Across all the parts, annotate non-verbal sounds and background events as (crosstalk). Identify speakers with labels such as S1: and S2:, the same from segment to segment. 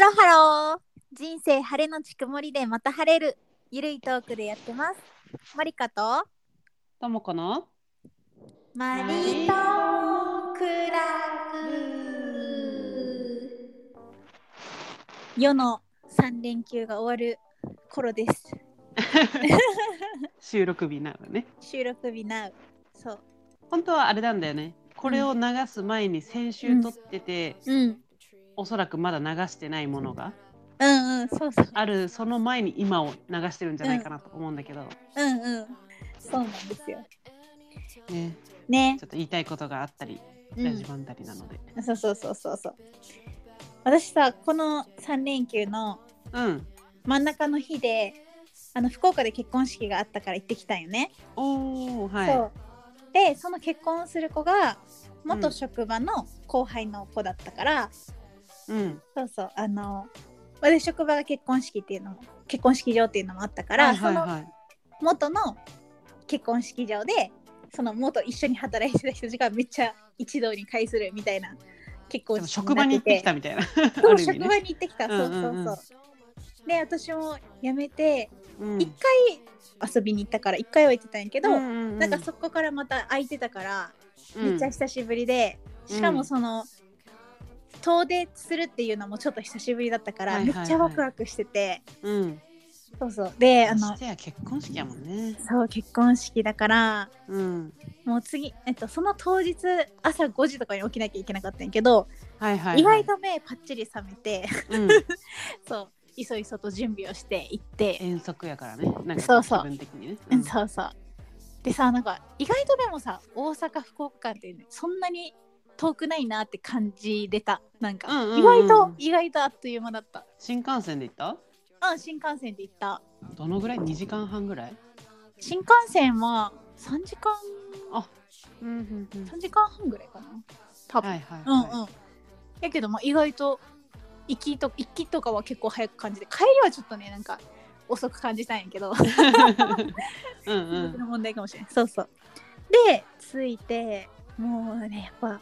S1: ロハロー人生晴れのち曇りでまた晴れるゆるいトークでやってますマリカと
S2: ともこの
S1: マリトークラブ世の3連休が終わる頃です
S2: 収録日なのね
S1: 収録日なうそう
S2: 本当はあれなんだよねこれを流す前に先週撮ってて、
S1: うん
S2: おそらくまだ流してないものが
S1: うんうんそうそう
S2: あるその前に今を流してるんじゃないかなと思うんだけど、
S1: うんうんそうなんですよ
S2: ね、
S1: ね
S2: ちょっと言いたいことがあったり、
S1: う
S2: ラジ
S1: ん
S2: バンダリなので
S1: そうそうそうそうそう私さこの3連休の
S2: うん
S1: 真ん中の日であの福岡で結婚式があったから行ってきたんよね。
S2: おおはい
S1: そうでその結婚する子が元職場の後輩の子だったから、
S2: うん
S1: そうそうあの私職場が結婚式っていうのも結婚式場っていうのもあったから、
S2: はいはい
S1: その
S2: はい
S1: 元の結婚式場でその元一緒に働いてた人たちがめっちゃ一堂に会するみたいな結
S2: ちょっ
S1: 婚
S2: と
S1: 式
S2: 職場に行ってきたみたいな
S1: そ
S2: あ
S1: う
S2: る意味
S1: 職
S2: ね
S1: 場に行ってきた、そうそうそう。
S2: うんうんうん
S1: で私も辞めて
S2: うん
S1: 一回遊びに行ったから一回は行ってたんやけど、
S2: うんうんうん
S1: なんかそこからまた空いてたから、めっちゃ
S2: うん
S1: 久しぶりでしかもその、遠出するっていうのもちょっと久しぶりだったから、
S2: はいはいはい
S1: めっちゃワクワクしてて
S2: うん
S1: そうそうであ
S2: ま
S1: の
S2: してや結婚式やもんね
S1: そう結婚式だから
S2: うん
S1: もう次、えっと、その当日朝5時とかに起きなきゃいけなかったんやけど、
S2: はいはいはい
S1: 意外と目パッチリ覚めて (laughs)
S2: うん
S1: そういそいそと準備をして行って、
S2: 遠足やからね。なんか
S1: そうそう
S2: 気分的にね。
S1: うん (laughs) そうそうでさなんか意外とでもさ大阪福岡間って、ね、そんなに遠くないなって感じれたなんか、
S2: うんうんうん
S1: 意外と意外とあっという間だった
S2: 新幹線で行った
S1: うん新幹線で行った
S2: どのぐらい ?2 時間半ぐらい
S1: 新幹線は3時間
S2: うんうんうん。
S1: 3時間半ぐらいかな多分、
S2: はいはい、
S1: うんうん、
S2: はい。
S1: やけども意外と行きと行きとかは結構早く感じて帰りはちょっとねなんか遅く感じたんやけど
S2: うんう
S1: 僕
S2: ん
S1: の問題かもしれないそうそうで着いてもうねやっぱ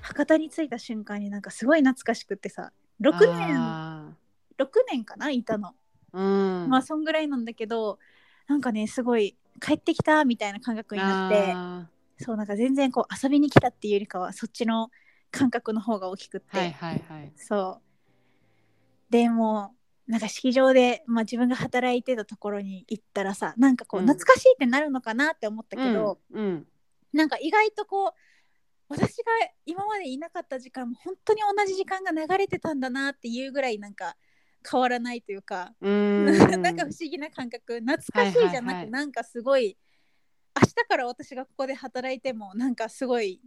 S1: 博多に着いた瞬間になんかすごい懐かしくってさ6年
S2: あ
S1: 6年かないたの、
S2: ーうん。
S1: まあそんぐらいなんだけどなんかねすごい帰ってきたみたいな感覚になって
S2: あ
S1: そうなんか全然こう遊びに来たっていうよりかはそっちの感覚の方が大きくって、
S2: ーはいはいはい。
S1: そうでもうなんか式場で、まあ、自分が働いてたところに行ったらさなんかこう
S2: うん
S1: 懐かしいってなるのかなって思ったけど、
S2: うん、うん。
S1: なんか意外とこう私が今までいなかった時間も本当に同じ時間が流れてたんだなっていうぐらいなんか変わらないというか、
S2: うー
S1: (laughs)
S2: ん
S1: なんか不思議な感覚懐かしいじゃなく、
S2: はいはいはい
S1: なんかすごい明日から私がここで働いてもなんかすごい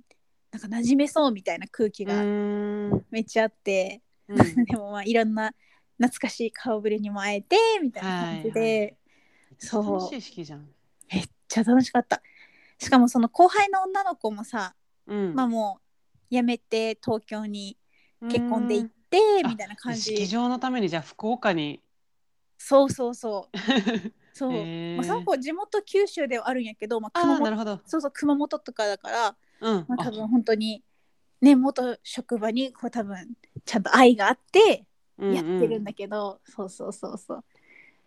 S1: なんか馴染めそうみたいな空気
S2: う
S1: が
S2: ーん
S1: めっちゃあって、
S2: うん
S1: (laughs) でもまあいろんな懐かしい顔ぶれにも会えてみたいな感じで、
S2: はいは
S1: そう
S2: 楽しい式じゃん。
S1: めっちゃ楽しかった。しかもその後輩の女の子もさ
S2: うん。
S1: まあもう辞めて東京に結婚で行っ
S2: う
S1: て
S2: うん
S1: みたいな
S2: ーん
S1: 感
S2: 式
S1: じ
S2: 場のためにじゃあ福岡に。
S1: そうそうそうそう、
S2: へー
S1: まあ、その子地元九州ではあるんやけど、まあ、
S2: あ
S1: 熊
S2: あ、な
S1: 本
S2: るほど。
S1: そうそう熊本とかだから、
S2: うん。
S1: まあ、多
S2: あ
S1: 分本当にね元職場にこう多分ちゃんと愛があってやってるんだけど、そうそうそうそう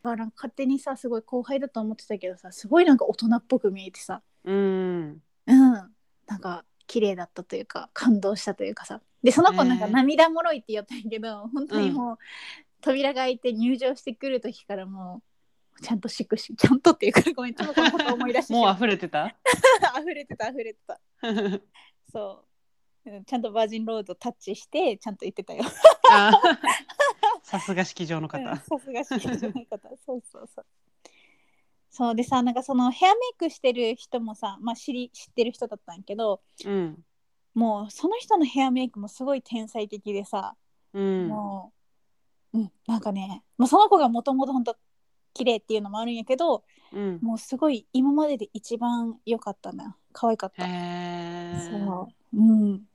S1: だからなんか勝手にさすごい後輩だと思ってたけどさすごいなんか大人っぽく見えてさ
S2: うん
S1: う
S2: うん。
S1: ん、なんか綺麗だったというか感動したというかさでその子なんか
S2: ねえ
S1: 涙もろいって言ったんやけど、本当にもう、扉が開いて入場してくる時からもうちゃんとしくしちゃんとっていうか (laughs) ごめんちょっとこのこと思い出してし
S2: も
S1: ま
S2: う
S1: っ
S2: 溢れてた
S1: た溢れてた溢れてたそう、うん、ちゃんとバージンロードタッチしてちゃんと言ってたよ
S2: あーさすが式場
S1: う
S2: の
S1: ん
S2: 方
S1: さ。すが式場の方そうそうそうそうでさなんかそのヘアメイクしてる人もさ、まあ、知り知ってる人だったんやけど
S2: うん。
S1: もうその人のヘアメイクもすごい天才的でさ、
S2: うん。
S1: もう、うん、なんかね、まあ、その子がもともと本当綺麗っていうのもあるんやけど
S2: うん。
S1: もうすごい今までで一番良かったな可愛かっ
S2: へ
S1: た、
S2: え。
S1: そううん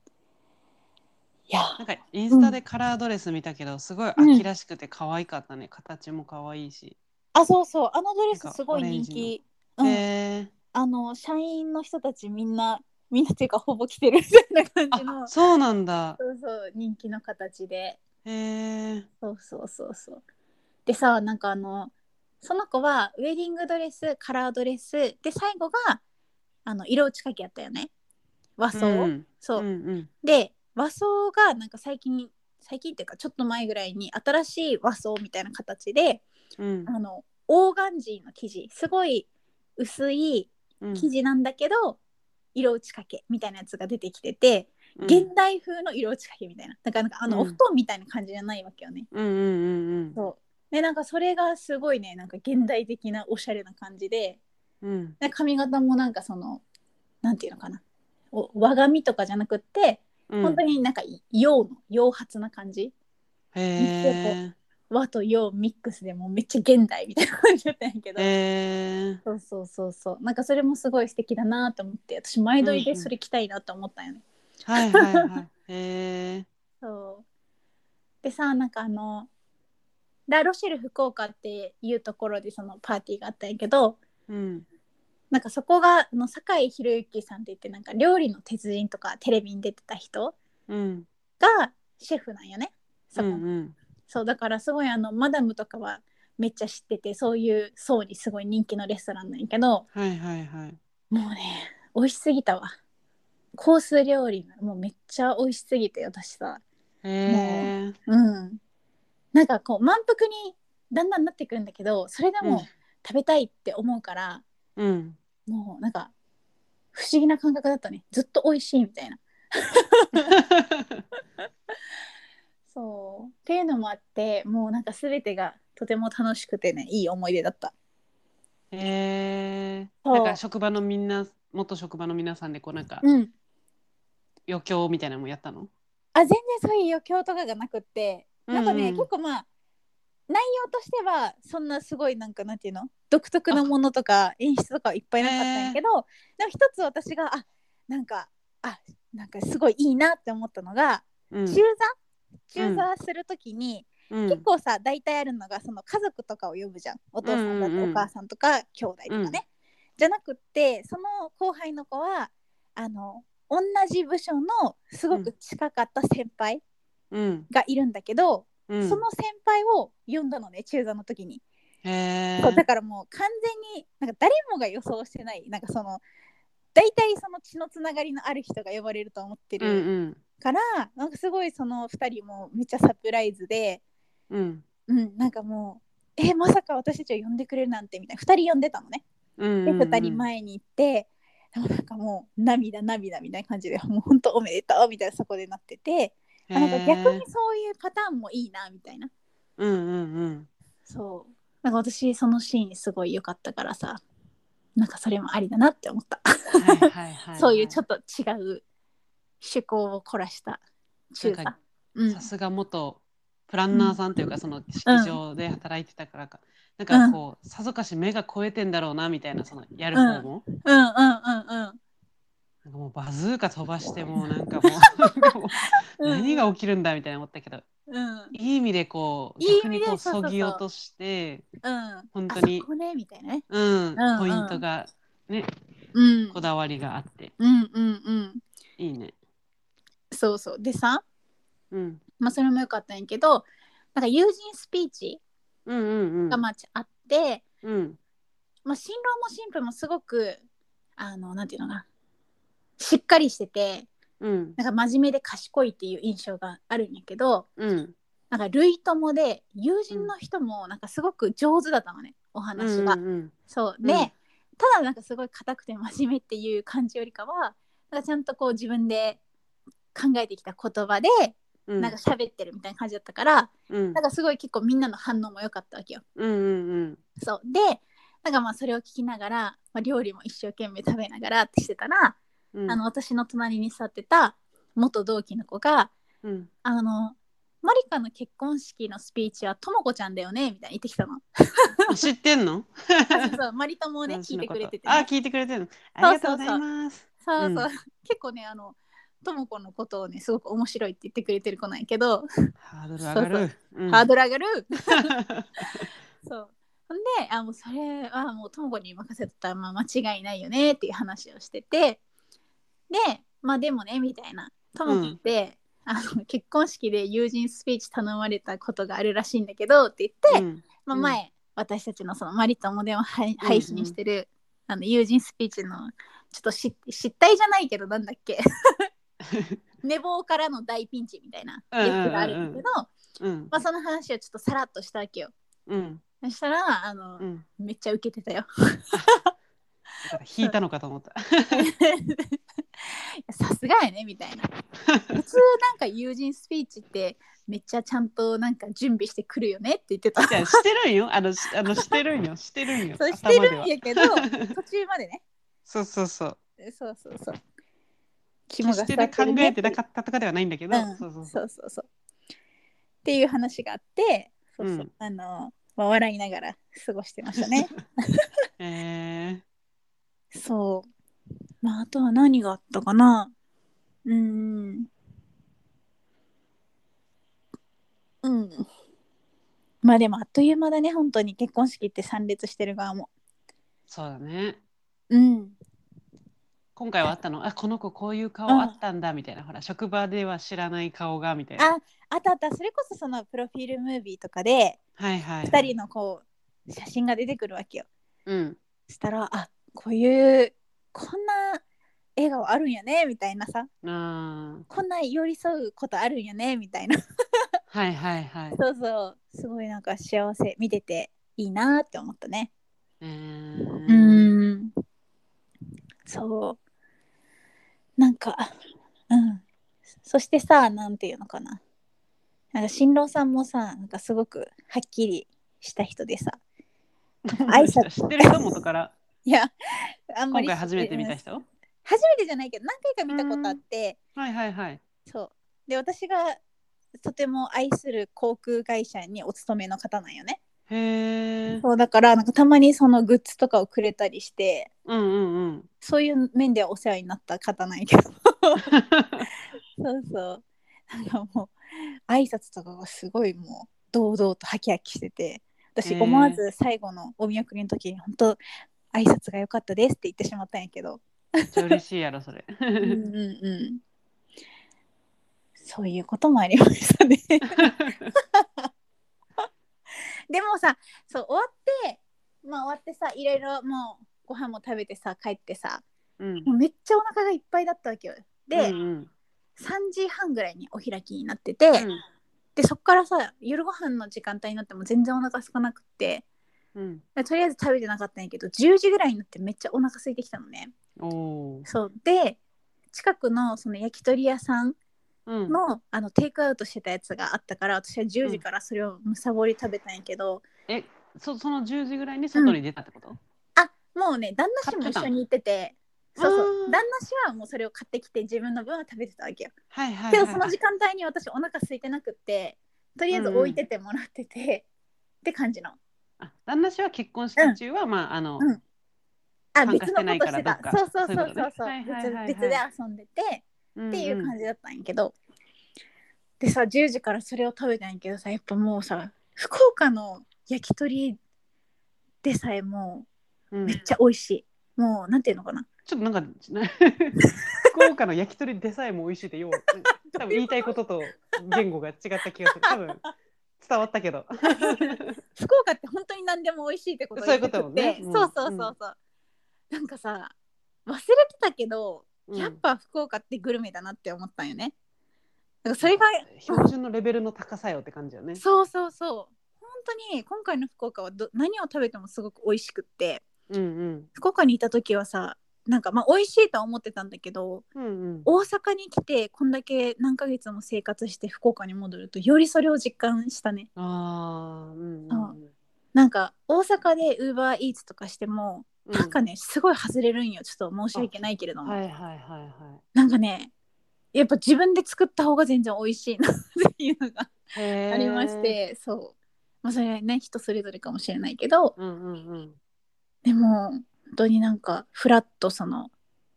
S1: いや
S2: なんかインスタでカラードレス見たけど、すごい秋らしくて可愛かったね、形も可愛いし、
S1: あそうそうあのドレス
S2: なんか
S1: すごい人
S2: オレン
S1: 気、うん、
S2: へえ
S1: あの社員の人たちみんなみんなっていうかほぼ着てるみたいな感じの
S2: あそうなんだ
S1: そうそう人気の形で
S2: へえ。
S1: そうそうそうそう。でさなんかあのその子はウェディングドレスカラードレスで最後があの色打ち掛けやったよね和装、
S2: うん
S1: そう、
S2: うんうん
S1: で和装がなんか最近最近っていうかちょっと前ぐらいに新しい和装みたいな形で
S2: うん
S1: あのオーガンジーの生地すごい薄い
S2: うん。
S1: 生地なんだけど、色打ち掛けみたいなやつが出てきてて、
S2: うん
S1: 現代風の色打ち掛けみたいなだからなんかあの
S2: う
S1: お
S2: ん
S1: 布団みたいな感じじゃないわけよね、
S2: うんうんうんうん。
S1: そうでなんかそれがすごいねなんか現代的なおしゃれな感じで
S2: うん
S1: で髪型もなんかそのなんていうのかなお和髪とかじゃなくって、
S2: うん。
S1: 本当になんか洋の洋髪な感じ
S2: へえ。
S1: 和と洋ミックスでもうめっちゃ現代みたいな感じだったんやけど、
S2: へえ。
S1: そうそうそうそうなんかそれもすごい素敵だなと思って私前撮りでそれ着たいなと思ったよね、
S2: はいはいはい。へえ。
S1: そうでさなんかあのラ・ロシェル福岡っていうところでそのパーティーがあったんやけど、
S2: うん。
S1: なんかそこがあの酒井宏之さんって言ってなんか料理の鉄人とかテレビに出てた人
S2: うん。
S1: がシェフなんよね。そうこ
S2: んうん。
S1: そうだからすごいあのマダムとかはめっちゃ知っててそういう層にすごい人気のレストランなんやけど
S2: はいはいはい。
S1: もうね美味しすぎたわ。コース料理もうめっちゃ美味しすぎて私さ
S2: へえ。
S1: うんなんかこう満腹にだんだんなってくるんだけどそれで
S2: うん
S1: も食べたいって思うから、
S2: うん。
S1: もうなんか不思議な感覚だったねずっと美味しいみたいな。そうっていうのもあってもうなんか全てがとても楽しくてねいい思い出だった。
S2: (laughs) へえ。
S1: そう
S2: なんか職場のみんな、元職場の皆さんでこうなんか
S1: うん、
S2: 余興みたいなのもやったの。
S1: あ全然そういう余興とかがなくってなんかね、
S2: うんうん
S1: 結構まあ内容としてはそんなすごいなんかなんていうの独特なものとか演出とかはいっぱいなかったんやけど、でも一つ私があなんかあなんかすごいいいなって思ったのが、
S2: うん
S1: 中座中座するときに、
S2: うん。
S1: 結構さ大体あるのがその家族とかを呼ぶじゃんお父さんだ
S2: う
S1: と
S2: んうんうん
S1: お母さんとか兄弟とかね、じゃなくってその後輩の子はあの同じ部署のすごく近かった先輩
S2: うん。
S1: がいるんだけど、
S2: うん。
S1: その先輩を呼んだのね中座の時に、
S2: へえ。
S1: そうだからもう完全になんか誰もが予想してないなんかその大体その血のつながりのある人が呼ばれると思って
S2: うん
S1: るから、なんかすごいその2人もめっちゃサプライズで。
S2: うん。うん。
S1: うん、なんかもう、えまさか私たちを呼んでくれるなんてみたいな、2人呼んでたのね。
S2: うん
S1: で、2人。前に行って、でもなんかもう、涙、涙みたいな感じで、もう本当おめでとうみたいな、そこでなってて、あなんか逆に。そういうパターンもいいなみたいな。
S2: うんうんうん。
S1: そう。なんか私、そのシーンすごい良かったからさ、なんかそれもありだなって思った。
S2: はいはいは
S1: (laughs)
S2: い。
S1: そういうちょ
S2: っ
S1: っと違う趣向を凝らした中
S2: なん
S1: 華
S2: か。
S1: うん
S2: さ、すが元。プランナーさんというか、その式場で働いてたからか。なんかこう、さぞかし目が超えてんだろうなみたいな、そのやる方も。
S1: うんうんうん
S2: なんかもうバズーカ飛ばしてもうなんかも
S1: (laughs)
S2: うなんかもう
S1: うん。
S2: 何が起きるんだみたいな思ったけど
S1: うん
S2: いい意味でこう
S1: いい意
S2: 逆
S1: 味
S2: に
S1: で
S2: こう
S1: そうそう
S2: そ
S1: そう
S2: ぎ落として
S1: うん。
S2: 本当に
S1: あそこねみたいなね。
S2: うん
S1: うん
S2: ポイントがね
S1: うん。
S2: こだわりがあって
S1: うんうんうん
S2: いいね。
S1: そうそうでさ、
S2: うん
S1: まあ、それもよかったんやけどなんか友人スピーチ
S2: うんうんうん
S1: がまあちあって、
S2: うん
S1: まあ、新郎も新婦もすごくあのなんていうのかなしっかりしてて
S2: うん
S1: なんか真面目で賢いっていう印象があるんやけど
S2: うん
S1: なんか類友で友人の人もなんかすごく上手だったのね、お話が。
S2: うん
S1: そう
S2: うん
S1: で、ただなんかすごい硬くて真面目っていう感じよりかはなんかちゃんとこう自分で考えてきた言葉で
S2: うん
S1: なんか喋ってるみたいな感じだったから、
S2: うん
S1: なんかすごい結構みんなの反応も良かったわけよ。
S2: うんうんうん
S1: そうでなんかまあそれを聞きながら、まあ、料理も一生懸命食べながらってしてたら、
S2: うん
S1: あの私の隣に座ってた元同期の子が
S2: うん
S1: 「あのマリカの結婚式のスピーチはともこちゃんだよね」みたいに言ってきたの。
S2: あ知ってんの？
S1: あそうそうマリ友をね
S2: 私
S1: 聞い
S2: の
S1: て
S2: こ
S1: く
S2: と
S1: れてて、
S2: あ
S1: ね、
S2: 聞いてくれてるの。ありがとうございます。
S1: そうそう、
S2: うん
S1: 結構ねあのともこのことをねすごく面白いって言ってくれてる子なんやけど、
S2: ハードル上がる。うん
S1: ハードル上がるそう。ほんで、あもうそれはもうともこに任せたらまあ間違いないよねっていう話をしてて、で、まあでもね、みたいな。ともこって、あの結婚式で友人スピーチ頼まれたことがあるらしいんだけどって言って、
S2: うん
S1: まあ、
S2: うん
S1: 前、私たちのそのマリとモデを配
S2: うん
S1: 配信してる、あの友人スピーチのちょっとし失態じゃないけどなんだっ
S2: (laughs)
S1: け寝坊からの大ピンチみたいな
S2: うんうんうんうん
S1: やつがあるんだけど、
S2: うん
S1: まあ、その話をちょっとさらっとしたわけよ。
S2: うん
S1: そしたらあの、
S2: うん
S1: めっちゃウケてたよ。
S2: だから引いたのかと思った
S1: さすがやねみたい
S2: (laughs)
S1: な普通なんか友人スピーチってめっちゃちゃんとなんか準備してくるよねって言ってた
S2: いやしてるんよあのしあのしてるんよしてるんよ
S1: そうしてる
S2: 頭
S1: ん
S2: では
S1: やけど途中までね
S2: そうそうそう
S1: そうそうそう
S2: 決してね考
S1: るね
S2: えてなかったとかではないんだけど、
S1: うん
S2: そうそうそ
S1: そう
S2: う
S1: そうそうっていう話があってそうそう、
S2: うん
S1: あの、まあ、笑いながら過ごしてましたね
S2: え
S1: そうまああとは何があったかなうーんうんまあでもあっという間だね本当に結婚式って参列してる側も
S2: そうだね
S1: うん
S2: 今回はあったのあこの子こういう顔
S1: うん
S2: あったんだみたいな、ほら職場では知らない顔がみたいな
S1: ああとあったそれこそそのプロフィールムービーとかで
S2: はいはい
S1: 2人のこう写真が出てくるわけよ
S2: うん
S1: そしたらあこういうこんな笑顔あるんやねみたいなさ
S2: あー
S1: こんな寄り添うことあるんやねみたいな
S2: はいはいはい、
S1: そうそうすごいなんか幸せ見てていいなって思ったね
S2: えー
S1: うんそうなんかうんそしてさなんていうのかななんか新郎さんもさなんかすごくはっきりした人でさ挨拶
S2: 知ってる人元から
S1: いやあんま
S2: 今
S1: り
S2: 回初めて見た
S1: うん
S2: 人
S1: 初めてじゃないけど何回か見たことあって、
S2: はいはいはい
S1: そうで私がとても愛する航空会社にお勤めの方なんよね、
S2: へ
S1: (laughs)
S2: え
S1: そうだからなんかたまにそのグッズとかをくれたりして
S2: うんうんうん
S1: (laughs)
S2: (laughs)
S1: そういう面ではお世話になった方なんやけど (laughs) そうそうなんかもう挨拶とかがすごいもう堂々とハキハキしてて私
S2: へー
S1: 思わず最後のお見送りの時に本当挨拶が良かったですって言ってしまったんやけど
S2: めっちゃ嬉しいやろそれ (laughs)
S1: うんうんうんそういうこともありましたね。 (laughs) でもさそう終わってまあ終わってさいろいろもうご飯も食べてさ帰ってさ
S2: うん
S1: もうめっちゃお腹がいっぱいだったわけよ。で、
S2: うんうん
S1: 3時半ぐらいにお開きになってて、
S2: うん
S1: でそっからさ夜ご飯の時間帯になっても全然お腹空かなくって
S2: うん
S1: とりあえず食べてなかったんやけど10時ぐらいになってめっちゃお腹空いてきたのね。
S2: おー
S1: そうで近くのその焼き鳥屋さん
S2: うん
S1: のあのテイクアウトしてたやつがあったから私は10時からそれをむさぼり食べたんやけど、
S2: えそその10時ぐらいに外に出たってこと、
S1: あもうね旦那氏も一緒に行っててそ
S2: 買っ
S1: う
S2: てたの
S1: そう
S2: あ
S1: 旦
S2: ー
S1: 那氏はもうそれを買ってきて自分の分は食べてたわけよ
S2: はいはいはい
S1: けどその時間帯に私お腹空いてなくってとりあえず置いててもらってて、 (laughs) って感じの
S2: あ旦那氏は結婚式中は、まああの、
S1: うんあ
S2: 参加
S1: 別
S2: し
S1: のこ
S2: てない
S1: と
S2: か
S1: し
S2: ら
S1: てた
S2: どっか
S1: そうそうそうそうそう
S2: そういうことねはいはいはいはい
S1: 別別で遊んでて
S2: うん
S1: っていう感じだったんやけど、でさ10時からそれを食べたんやけどさやっぱもうさ福岡の焼き鳥でさえも
S2: うん
S1: う
S2: う
S1: め
S2: ん
S1: っちゃ美味しい、もうなんていうのかな
S2: ちょ
S1: (laughs)
S2: っとなんか福岡の焼き鳥でさえも美味しいってよう多分言いたいことと言語が違った気がす
S1: (laughs)
S2: る多分伝わったけど
S1: 福岡って本当に何でも美味しいってこと
S2: そういうことだもんね
S1: よくて
S2: うん
S1: そうそうそうそう、なんかさ忘れてたけど、
S2: うん
S1: やっぱ福岡ってグルメだなって思ったんよねだからそれが
S2: 標準のレベルの高さよって感じよね
S1: そうそうそう本当に今回の福岡はど何を食べてもすごく美味しくって、
S2: うんうん
S1: 福岡にいた時はさなんかまあ美味しいとは思ってたんだけど
S2: うんうん
S1: 大阪に来てこんだけ何ヶ月も生活して福岡に戻るとよりそれを実感したね
S2: あーうんうん
S1: なんか大阪でウーバーイーツとかしても
S2: うん
S1: なんかねすごい外れるんよちょっと申し訳ないけれども、
S2: はいはいはいは
S1: なんかねやっぱ自分で作った方が全然美味しいなっていうのが
S2: いへー
S1: ありまして、そうまあそれはね人それぞれかもしれないけど
S2: うんうんうん
S1: でも本当になんかフラッとその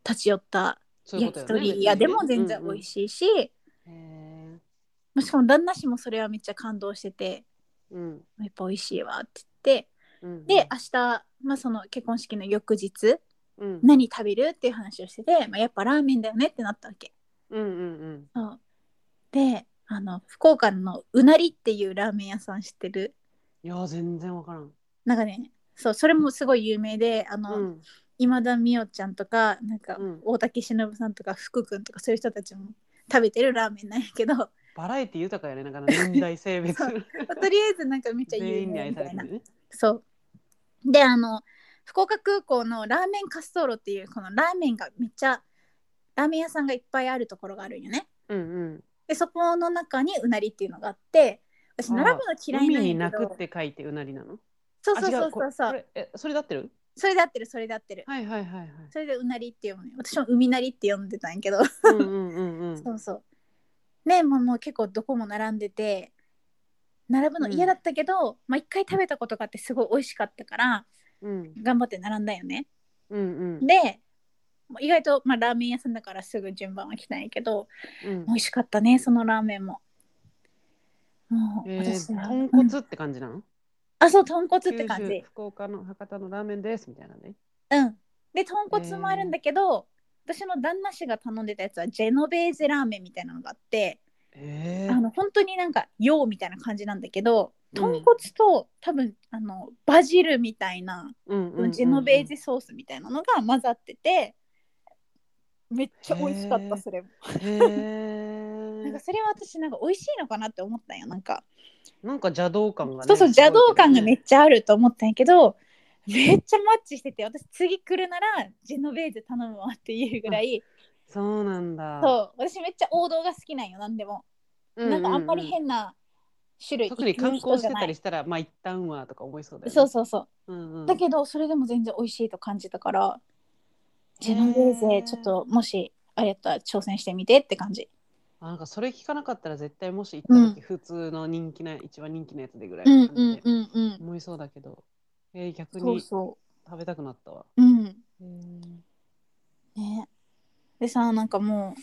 S1: 立ち寄った
S2: そういうこ
S1: 焼
S2: と
S1: き
S2: よね
S1: 鳥屋でも全然美味
S2: い、
S1: しいし、
S2: うんうんへー
S1: まあしかも旦那氏もそれはめっちゃ感動してて
S2: うん
S1: やっぱ美味しいわって言って
S2: うん
S1: で明日、まあ、その結婚式の翌日
S2: うん
S1: 何食べるっていう話をしてて、まあ、やっぱラーメンだよねってなったわけ
S2: うんうんうん
S1: そうであの福岡のうなりっていうラーメン屋さん知ってる
S2: いや全然わからん。
S1: なんかねそうそれもすごい有名であの、
S2: うん。
S1: 今田美桜ちゃんとかなんか
S2: うん
S1: 大竹しのぶさんとか福君とかそういう人たちも食べてるラーメンなんやけ
S2: (laughs)
S1: どと
S2: バラエティ豊かやね。なんか年代性別 (laughs)
S1: そ。りあえずなんかめっちゃ
S2: 全
S1: 有
S2: 員に
S1: 名
S2: 愛
S1: み
S2: さ
S1: た
S2: れ
S1: い
S2: て
S1: な
S2: るね。
S1: そうであの福岡空港のラーメン滑走路っていうこのラーメンがめっちゃラーメン屋さんがいっぱいあるところがあるんよね
S2: うんうん。
S1: でそこの中にうなりっていうのがあって私
S2: あー
S1: 並ぶの嫌い
S2: 海
S1: なん
S2: に
S1: や
S2: 泣
S1: け
S2: く
S1: ど
S2: って書いてうなりなの。
S1: そう
S2: あ
S1: そうそう
S2: こ
S1: そうそ
S2: こ
S1: う
S2: れえそれだってる？
S1: それで合ってるそれで合ってる
S2: はいはいはいはい。
S1: それでうなりって読むのよ私も海なりって呼んでたんやけど
S2: うんうんうんうん。
S1: そうそう。ねもうもう結構どこも並んでて並ぶの嫌だったけど、まあ一回食べたことがあってすごい美味しかったから
S2: うん
S1: 頑張って並んだよね。
S2: うんうん。
S1: でもう意外と、まあ、ラーメン屋さんだからすぐ順番は来たんやけど
S2: うん
S1: 美味しかったねそのラーメンも。もう
S2: え
S1: 私は、
S2: ー、豚
S1: うん
S2: 骨って感じなの？
S1: あそう豚骨っ
S2: 九
S1: て感
S2: 州
S1: じ。
S2: 福岡の博多のラーメンですみたいなね。
S1: うん、で豚骨もあるんだけど、私の旦那氏が頼んでたやつはジェノベーゼラーメンみたいなのがあって。
S2: ええ
S1: あの本当になんか洋みたいな感じなんだけど
S2: うん
S1: 豚骨と多分あのバジルみたいな
S2: うんうんうんうん
S1: ジェノベーゼソースみたいなのが混ざっててめっちゃ美味しかっ
S2: へ
S1: た
S2: ー
S1: それも
S2: へ
S1: なんか
S2: ー
S1: それは私なんか美味しいのかなって思ったんよなんか
S2: なんか邪道感がね。
S1: そうそう邪道感がめ
S2: ち
S1: っちゃあると思ったんやけどめっちゃマッチしてて私次来るならジェノベーゼ頼むわっていうぐらい
S2: ゃ。そうなんだ。
S1: そう私めっちゃ王道が好きなんよ何でも
S2: う
S1: なんかあんまり
S2: な。
S1: 変な種類
S2: 特に観光してたり
S1: し
S2: したらまあ一旦はとか思いそうだよね。
S1: そうそうそう
S2: うんうん。
S1: だけどそれでも全然美味しいと感じたからジェノベーゼちょっともしあれやったら挑戦してみてって感じ
S2: あなんかそれ聞かなかったら絶対もし行った時普通の人気な、一番人気なやつでぐらい
S1: うん
S2: の
S1: う
S2: 感じで
S1: んうんうん
S2: 思いそうだけど、えー逆
S1: そう
S2: に
S1: そ
S2: 食べたくなったわ。
S1: ううん
S2: うん
S1: ねでさなんかもう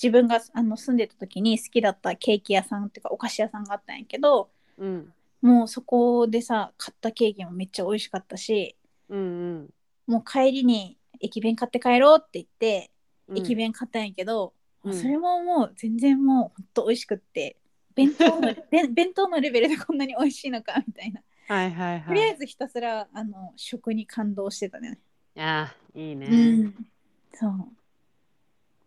S1: 自分があの住んでた時に好きだったケーキ屋さんっていうかお菓子屋さんがあったんやけど
S2: うん
S1: もうそこでさ買ったケーキもめっちゃ美味しかったし
S2: うん
S1: もう帰りに駅弁買って帰ろうって言って
S2: うん。
S1: 駅弁買ったんやけど、
S2: うん
S1: それももう全然もうほんと美味しくって弁当
S2: (laughs)
S1: のべん弁当のレベルでこんなに美味しいのかみたいな
S2: はいはい
S1: と
S2: は
S1: りあえ
S2: い。
S1: ずひたすらあの食に感動してたね、
S2: ああいいね。
S1: そう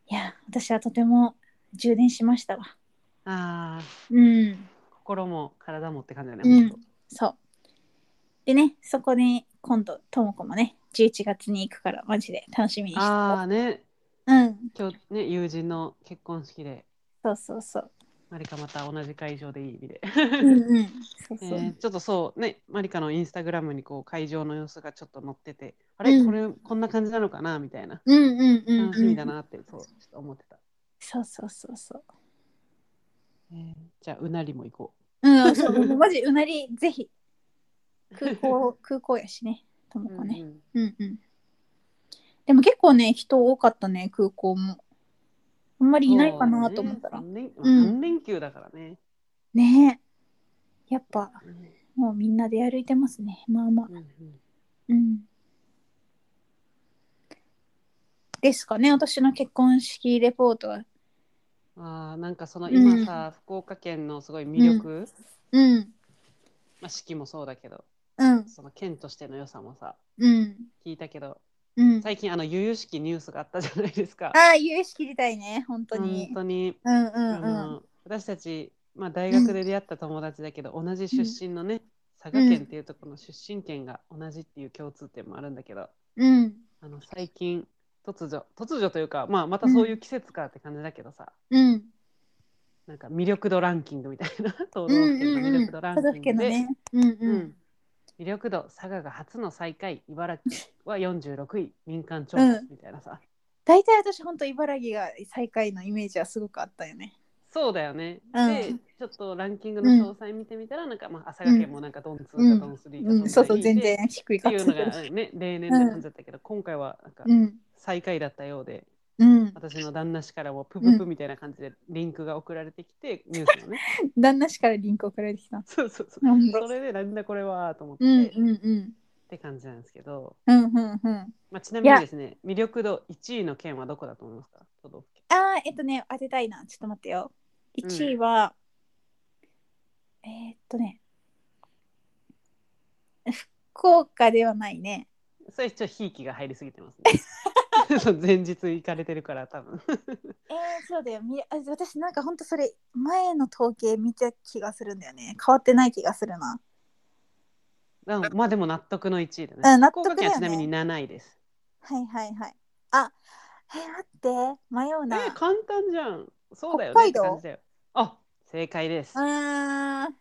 S1: いや私はとても充電しましたわ
S2: ああ
S1: うん
S2: 心も体もって感じだね。
S1: うん
S2: ほと
S1: そうでねそこで今度ともこもね11月に行くからマジで楽しみにして
S2: ああね
S1: うん
S2: 今日ね友人の結婚式で
S1: そうそうそう
S2: マリカまた同じ会場でいい意味で。
S1: うんうんそう
S2: え
S1: (laughs) そう、
S2: ーちょっとそうねマリカのインスタグラムにこう会場の様子がちょっと載っててあれ、
S1: うん
S2: これこんな感じなのかなみたいな
S1: うんうんうん、うん、
S2: 楽しみだなって、そうちょっと思ってた、
S1: そうそうそうそう
S2: えーじゃあうなりも行こ
S1: うん、そう
S2: (laughs)
S1: もうマジうなりぜひ空港空港やしねとも
S2: う、
S1: こね
S2: うんうん
S1: うんうんでも結構ね人多かったね空港もあんまりいないかなと思ったら
S2: そうね三
S1: う
S2: 連
S1: ん
S2: 三連休だからね、
S1: ねえやっぱ
S2: うん
S1: もうみんな出歩いてますねまあまあ
S2: うんうん
S1: うんですかね私の結婚式レポートは
S2: あーなんかその
S1: うん
S2: 今さ、福岡県のすごい魅力、
S1: うん
S2: まあ、四季もそうだけど
S1: うん
S2: その県としての良さもさ
S1: うん
S2: 聞いたけど
S1: うん
S2: 最近あの由々しきニュースがあったじゃないですか
S1: ああ有識自体ね本当
S2: 本
S1: に
S2: 当に
S1: うんう
S2: あ
S1: んうん
S2: の私たち、まあ、大学で出会った友達だけど、同じ出身のね、佐賀県っていうところの出身県が同じっていう共通点もあるんだけど、
S1: うん
S2: あの最近突如突如というか、まあ、またそういう季節かって感じだけどさ、
S1: うん
S2: なんか魅力度ランキングみたい
S1: (laughs)
S2: な都道
S1: うん
S2: 府県
S1: うん
S2: の魅
S1: うん
S2: 力度ランキングで、
S1: うんう
S2: うんん魅力度佐賀が初の最下位茨城は46位民間調
S1: う
S2: 査
S1: ん
S2: みたいなさ、
S1: 大体私本当茨城が最下位のイメージはすごくあったよね。
S2: そうだよね、
S1: うん
S2: でちょっとランキングの詳細見てみたら、なんかまあ佐賀県もなんかドンツ
S1: う
S2: ー
S1: ん
S2: かドンスリーか
S1: うん、そうそう
S2: ドンスリー
S1: 全
S2: で
S1: 然低い
S2: って
S1: か
S2: い
S1: った
S2: う
S1: けど。
S2: のがね例年で感じだったけど、今回はなんか
S1: うん
S2: 最下位だったようで、
S1: うん、
S2: 私の旦那氏からもプププみたいな感じでリンクが送られてきて、ニュース
S1: (laughs)
S2: のね
S1: 旦那氏からリンク送られてきた。
S2: そうそうそう
S1: うん
S2: それでなんだこれはと思って、
S1: うんう
S2: っ
S1: ん
S2: て感じなんですけど、
S1: うんうんうん。
S2: まあ、ちなみにですね魅力度1位の県はどこだと思いますか都道府県
S1: ああえっとね当てたいなちょっと待ってよ。 1位は、えーっとね福岡ではないね
S2: それちょっとひいきが入りすぎてます
S1: (laughs)
S2: ね (laughs) そう前日行かれてるから多分
S1: えー、そうだよみあ私なんかほんとそれ前の統計見た気がするんだよね変わってない気がするな
S2: うんまあでも納得の1位だね、
S1: うん納
S2: 福
S1: 得だよね
S2: 岡県はちなみに7位です
S1: はいはいはいあえー待って迷う
S2: え
S1: な、
S2: ー簡単じゃんそうだよ
S1: 北
S2: ね
S1: 海
S2: って
S1: 道
S2: 感じだよあ正解です
S1: あー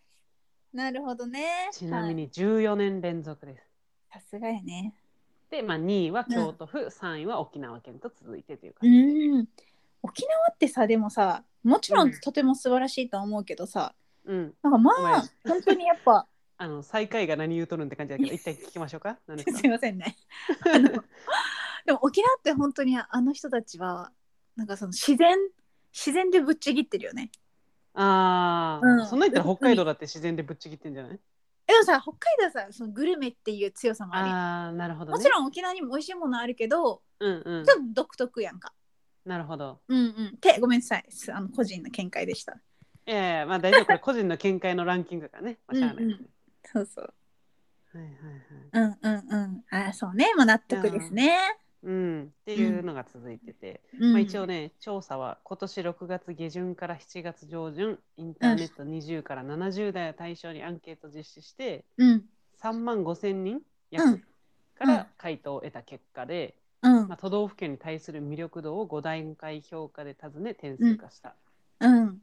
S1: なるほどね
S2: ちなみ
S1: はい
S2: に14年連続です
S1: さすがやね
S2: で、まあ、2位は京都府、3位は沖縄県と続いてという
S1: う
S2: 感じで、
S1: ん沖縄ってさでもさもちろ
S2: うん
S1: んとても素晴らしいとは思うけどさ、
S2: うん、
S1: なんか
S2: ごめ
S1: まあ本当にやっぱ
S2: (laughs) あの最下位が何言うとるんって感じだけど一回聞きましょ
S1: (laughs)
S2: うか何ですすか
S1: いませんねあのでも沖縄って本当にあの人たちはなんかその自然自然でぶっちぎってるよね
S2: ああ、
S1: うん
S2: そんなん言ったら北海道だって自然でぶっちぎってんじゃない
S1: でもさ北海道はさそのグルメっていう強さもあるやん
S2: ああなるほど、ね、
S1: もちろん沖縄にも美味しいものあるけど
S2: ん、うんうん
S1: ち、ょっと独特やんか
S2: なるほど
S1: うんうんってごめんなさいすあの個人の見解でした
S2: いやいやまあ大丈夫これ個人の見解のランキングがね、まあ、しゃあない、
S1: うんそうそう
S2: はいはいはい
S1: うんうんうんあーそうねまあ納得ですね
S2: うん、っていうのが続いてて、
S1: うん
S2: まあ、一応ね調査は今年6月下旬から7月上旬インターネット20から70代を対象にアンケート実施して
S1: うん
S2: 3万5千人
S1: う
S2: 約
S1: ん
S2: か
S1: うん
S2: ら回答を得た結果で、
S1: うん
S2: まあ、都道府県に対する魅力度を5段階評価で尋ね点数化した、
S1: うん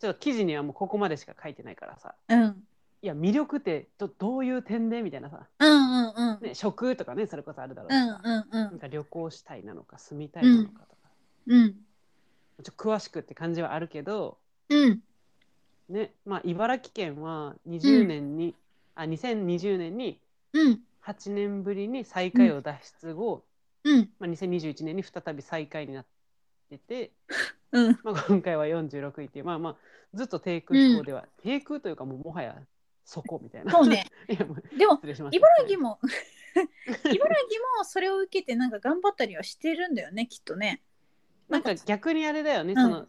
S2: ちょっと記事にはもうここまでしか書いてないからさ
S1: うん
S2: いや魅力ってどどういう点でみたいなさ、
S1: うんうんうん
S2: ね、食とかねそれこそあるだろうし
S1: う
S2: さ
S1: んうんう
S2: なん
S1: ん
S2: か旅行したいなのか住みたいなのかとか、
S1: うん
S2: ちょっと詳しくって感じはあるけど、
S1: うん
S2: ねまあ、茨城県は20年に、あ2020年に
S1: うん
S2: 8年ぶりに最下位を脱出後、
S1: うん
S2: まあ、2021年に再び最下位になってて、
S1: うん
S2: まあ、今回は46位っていうまあまあずっと低空飛行では、低空というかもうもはやそこみたいな。
S1: そうね
S2: いやもう
S1: でも
S2: 失礼しました
S1: 茨城
S2: (laughs)
S1: も (laughs) 茨城もそれを受けてなんか頑張ったりはしてるんだよねきっとね
S2: なんか逆にあれだよね、
S1: うん
S2: その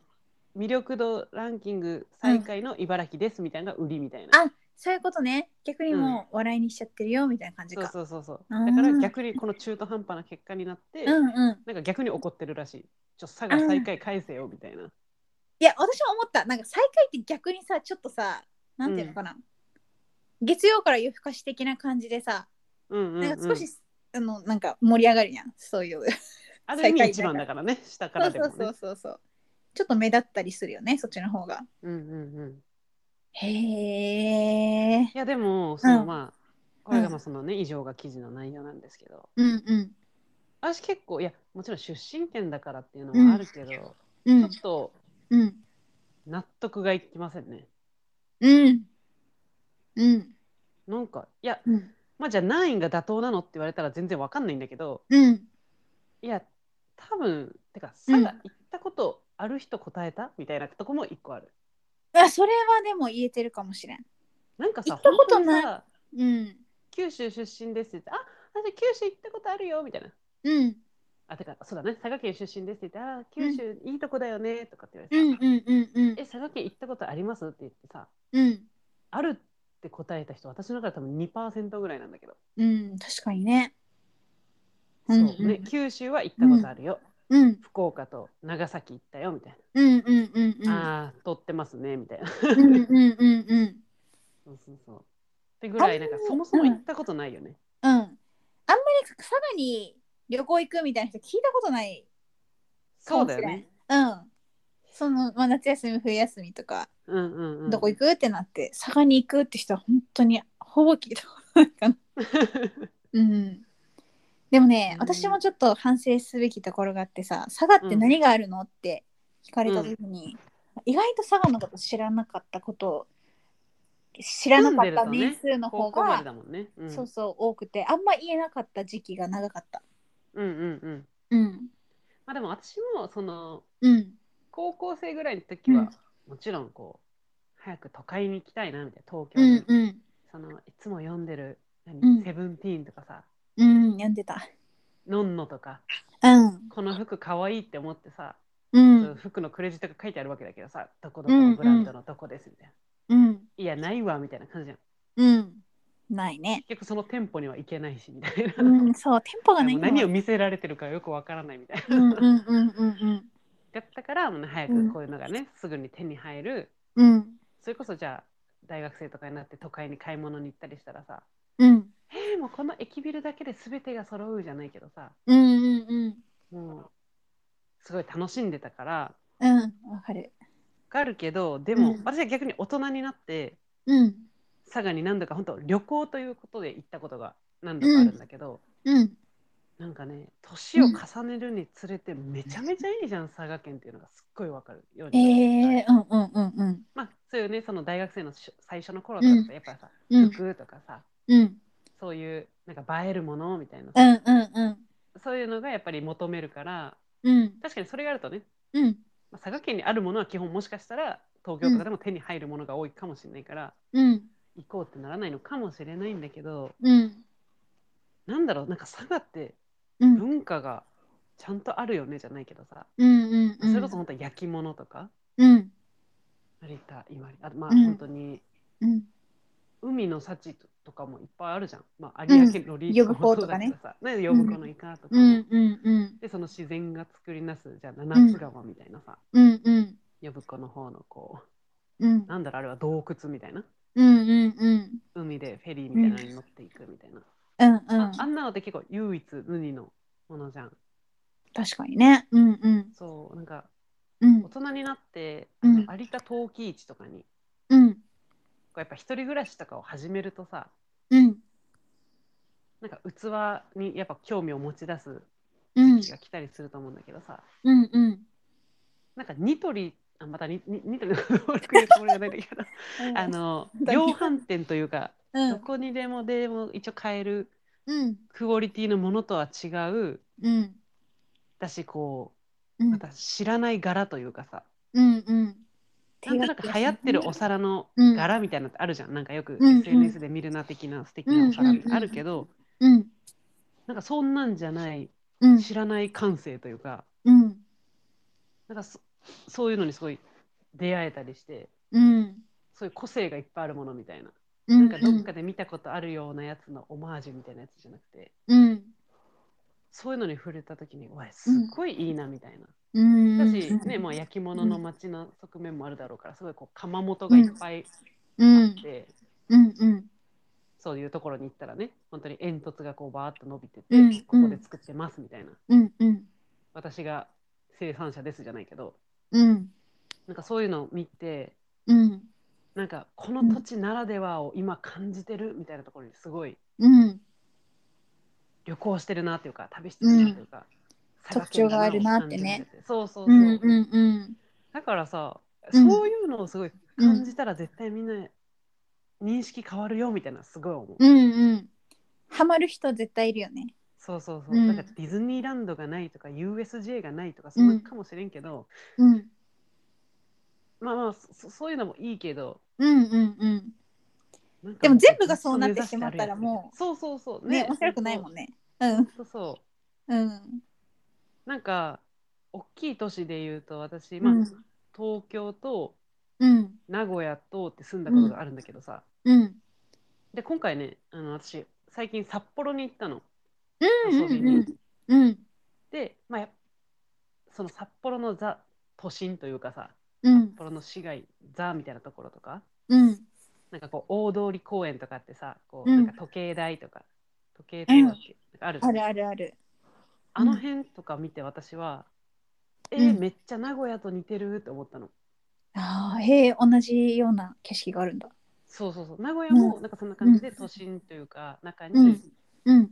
S2: 魅力度ランキング最下位の茨城ですみたいなのが売りみたいな。
S1: あそういうことね逆にもう笑いにしちゃってるよみたいな感じ
S2: そう
S1: か
S2: そうそうそう
S1: あー
S2: だから逆にこの中途半端な結果になって、
S1: うんうん
S2: なんか逆に怒ってるらしい。ちょっと佐賀最下位返せよみたいな。
S1: いや私は思ったなんか最下位って逆にさちょっとさなんていうのかな、月曜から夜更かし的な感じでさ
S2: うんうん、うん。
S1: なんか少し、あのなんか盛り上がるやんそういう
S2: ある意味
S1: 最下位だから
S2: 一番だからね、下か
S1: そ
S2: ら
S1: う
S2: で
S1: そ
S2: も、
S1: う
S2: ね。
S1: そうそうそうちょっと目立ったりするよねそっちの方が
S2: うんうんうん。
S1: へえ
S2: いやでもその、
S1: うん
S2: まあこれがまあそのね、以上が記事の内容なんですけど
S1: うんうん
S2: 私結構いやもちろん出身県だからっていうのもあるけ
S1: う
S2: ど、ちょ
S1: ん
S2: っと
S1: うん
S2: 納得がいきませんね
S1: うんうん
S2: なんかいや
S1: うん
S2: まあじゃあ何位が妥当なのって言われたら全然わかんないんだけど
S1: うん
S2: いや多分てか佐賀
S1: う
S2: 行ったことある人答えた、みたいなとこも一個ある
S1: あそれはでも言えてるかもしれん
S2: なんかさ
S1: 行ったことない
S2: 本当にさ
S1: うん
S2: 九州出身ですって言ってあ私九州行ったことあるよみたいな
S1: うん
S2: あてかそうだね佐賀県出身ですって言ってあ九州いいとこだよねとかって言われて
S1: う
S2: さ、
S1: んうんうんうん
S2: え佐賀県行ったことありますって言ってさ
S1: うん
S2: あるって答えた人私の中で多分2%ぐらいなんだけど、
S1: うん確かにね
S2: そうね、九州は行ったことあるよ、
S1: うん
S2: 福岡と長崎行ったよみたい
S1: うんうんうんうん
S2: な、ああー取ってますねみたいな
S1: うんうんうんうん
S2: そうそうそうってぐらいなんか
S1: あんまり
S2: そもそも行ったことないよね、
S1: うんあんまり佐賀に旅行行くみたいな人聞いたことない
S2: そうだよね
S1: うんその、まあ、夏休み冬休みとか
S2: うんうんうん
S1: どこ行くってなって佐賀に行くって人は本当にほぼ聞いたことないかな。
S2: (laughs)
S1: うん、でもね、
S2: うん
S1: 私もちょっと反省すべきところがあってさ佐賀って何があるのって聞かれた時に、意外と佐賀のこと知らなかったことを知らなかった年数の
S2: 高
S1: 方
S2: 校まで
S1: が
S2: だもんね、うん、
S1: そうそう多くてあんま言えなかった時期が長かった。
S2: うんうんうん
S1: うん
S2: まあでも私もその
S1: うん
S2: 高校生ぐらいの時は、もちろんこう早く都会に行きたいなみたいな東京に、
S1: うん
S2: そのいつも読んでる何、
S1: うん
S2: セブンティーンとかさ
S1: うん、読んでた。
S2: のんのとか
S1: うん
S2: この服かわいいって思ってさ
S1: うん
S2: 服のクレジットが書いてあるわけだけどさ、どこどこのブランドのどこですみたいな。
S1: うん
S2: いや、ないわみたいな感じじゃん。
S1: うんないね。
S2: 結局その店舗には行けないしみたいな。
S1: うんそう店舗がない
S2: もう
S1: から
S2: 何を見せられてるかよくわからないみたいな。
S1: うんうんうんうん
S2: だったから、もう早くこういうのがね、すぐに手に入る。
S1: うん
S2: それこそじゃあ、大学生とかになって都会に買い物に行ったりしたらさ、
S1: うん
S2: えー、もうこの駅ビルだけで全てが揃うじゃないけどさ、
S1: うんうんうん
S2: もうすごい楽しんでたから、
S1: うんわかる。
S2: わかるけど、で
S1: う
S2: も、
S1: ん
S2: 私は逆に大人になって、
S1: うん
S2: 佐賀に何度か本当旅行ということで行ったことが何度かあるんだけど、
S1: うん
S2: なんかね年を重ねるにつれてめちゃめちゃいいじゃん、佐賀県っていうのがすっごいわかるよう
S1: え
S2: になった、
S1: ー、うんうんうんうん
S2: まあそういうねその大学生のし最初の頃とかってやっぱさ、
S1: うん
S2: 服とかさ
S1: うん
S2: そういうなんか映えるものみたいな、
S1: うんうんうん
S2: そういうのがやっぱり求めるから
S1: うん
S2: 確かにそれがあるとね、
S1: うん
S2: まあ、佐賀県にあるものは基本もしかしたら東京とかでも手に入るものが多いかもしれないから、
S1: うん
S2: 行こうってならないのかもしれないんだけど
S1: うん
S2: なんだろうなんか佐賀って
S1: うん
S2: 文化がちゃんとあるよねじゃないけどさ、
S1: うんうんうん
S2: それこそ本当焼き物とか
S1: うん
S2: 成田今里あまあ
S1: うん
S2: 本当に
S1: うん
S2: 海の幸とかもいっぱいあるじゃん、まあ、
S1: う
S2: 有
S1: ん
S2: 明のリーチもそうだけどさね呼
S1: ぶ子とかね
S2: ぶ子のイカとかも、
S1: うんうんうん
S2: でその自然が作り出すじゃあ七つ川みたいなさ、
S1: うんうん
S2: 呼ぶ子の方のこ
S1: うん
S2: うなんだろうあれは洞窟みたいな
S1: うんうんうん
S2: 海でフェリーみたいなのに乗っていくみたいな、
S1: うんう
S2: あ
S1: ん
S2: あんなのって結構唯一無二のものじゃん
S1: 確かにねうんうん
S2: そうなんか
S1: うん
S2: 大人になって、
S1: うん
S2: 有田陶器市とかに
S1: うん
S2: こうやっぱ一人暮らしとかを始めるとさ
S1: うん
S2: なんか器にやっぱ興味を持ち出す
S1: うん
S2: 時期が来たりすると思うんだけどさ、
S1: うんうん
S2: なんかニトリあまたニニニトリのことを悪く言うつもりはないんだけ
S1: (laughs)
S2: どあの量販店というか
S1: う
S2: ど
S1: ん
S2: こにでもでも一応買える
S1: うん
S2: クオリティのものとは違う
S1: うん
S2: だしこ
S1: う
S2: うんまた知らない柄というかさ、
S1: うんうん
S2: なんとなく流行ってるお皿の
S1: うん
S2: 柄みたいなのってあるじゃん、なんかよく
S1: うんうん
S2: SNS で見るな的な素敵なお皿ってあるけど、
S1: うん
S2: なんかそんなんじゃない
S1: うん
S2: 知らない感性というか
S1: うん
S2: なんかそそういうのにすごい出会えたりして
S1: うん
S2: そういう個性がいっぱいあるものみたいな
S1: う
S2: なん
S1: ん
S2: かどっかで見たことあるようなやつのオマージュみたいなやつじゃなくて
S1: うん
S2: そういうのに触れた時にわすっごいいいなみたいな。
S1: うん
S2: だし、ねまあ、焼き物の街の側面もあるだろうからすごいこう窯元がいっぱい
S1: うん
S2: で、
S1: うんうん
S2: そういうところに行ったらね本当に煙突がこうバーッと伸びてて、
S1: うん
S2: ここで作ってますみたいな
S1: うんうん
S2: 私が生産者ですじゃないけど
S1: うん
S2: なんかそういうのを見て
S1: うん
S2: なんかこの土地ならではを今感じてるみたいなところにすごい
S1: うん
S2: 旅行してるなっていうか旅してるなっていうか、佐賀県
S1: 特徴
S2: だを
S1: があるなってね
S2: 感じててそうそう
S1: う
S2: そう、
S1: んうんうん
S2: だからさ、
S1: うん
S2: そういうのをすごい感じたら絶対みんな認識変わるよみたいなすごい思う、
S1: うんうんハマる人絶対いるよね
S2: そうそうそう、
S1: うん
S2: なんかディズニーランドがないとか USJ がないとかそんなかもしれんけど、
S1: うん
S2: まあまあそそういうのもいいけど
S1: うんうんうん
S2: なんか
S1: でも全部がそうなってしまったらも
S2: うそうそうそう
S1: ね面白くないもんねうん
S2: ねそうそう
S1: うん
S2: なんか大きい都市で言うと私、まあ
S1: うん
S2: 東京と
S1: うん
S2: 名古屋とって住んだことがあるんだけどさ、
S1: うん
S2: で今回ねあの私最近札幌に行ったの
S1: うん
S2: 遊びに、
S1: うんうん
S2: で、まあ、やっその札幌のザ都心というかさ
S1: うん
S2: 札幌の市街ザみたいなところとか
S1: うん
S2: なんかこう大通公園とかってさこう
S1: う
S2: なんんか時計台とか、時計台だっけ、なんかあるじゃ
S1: あ
S2: ん
S1: るあるある
S2: あの辺とか見て私は、
S1: ん
S2: えー
S1: うん
S2: めっちゃ名古屋と似てるって思ったの。
S1: ああへえ同じような景色があるんだ
S2: そうそうそう名古屋もなんかそんな感じで都心というか中
S1: う
S2: に
S1: んうん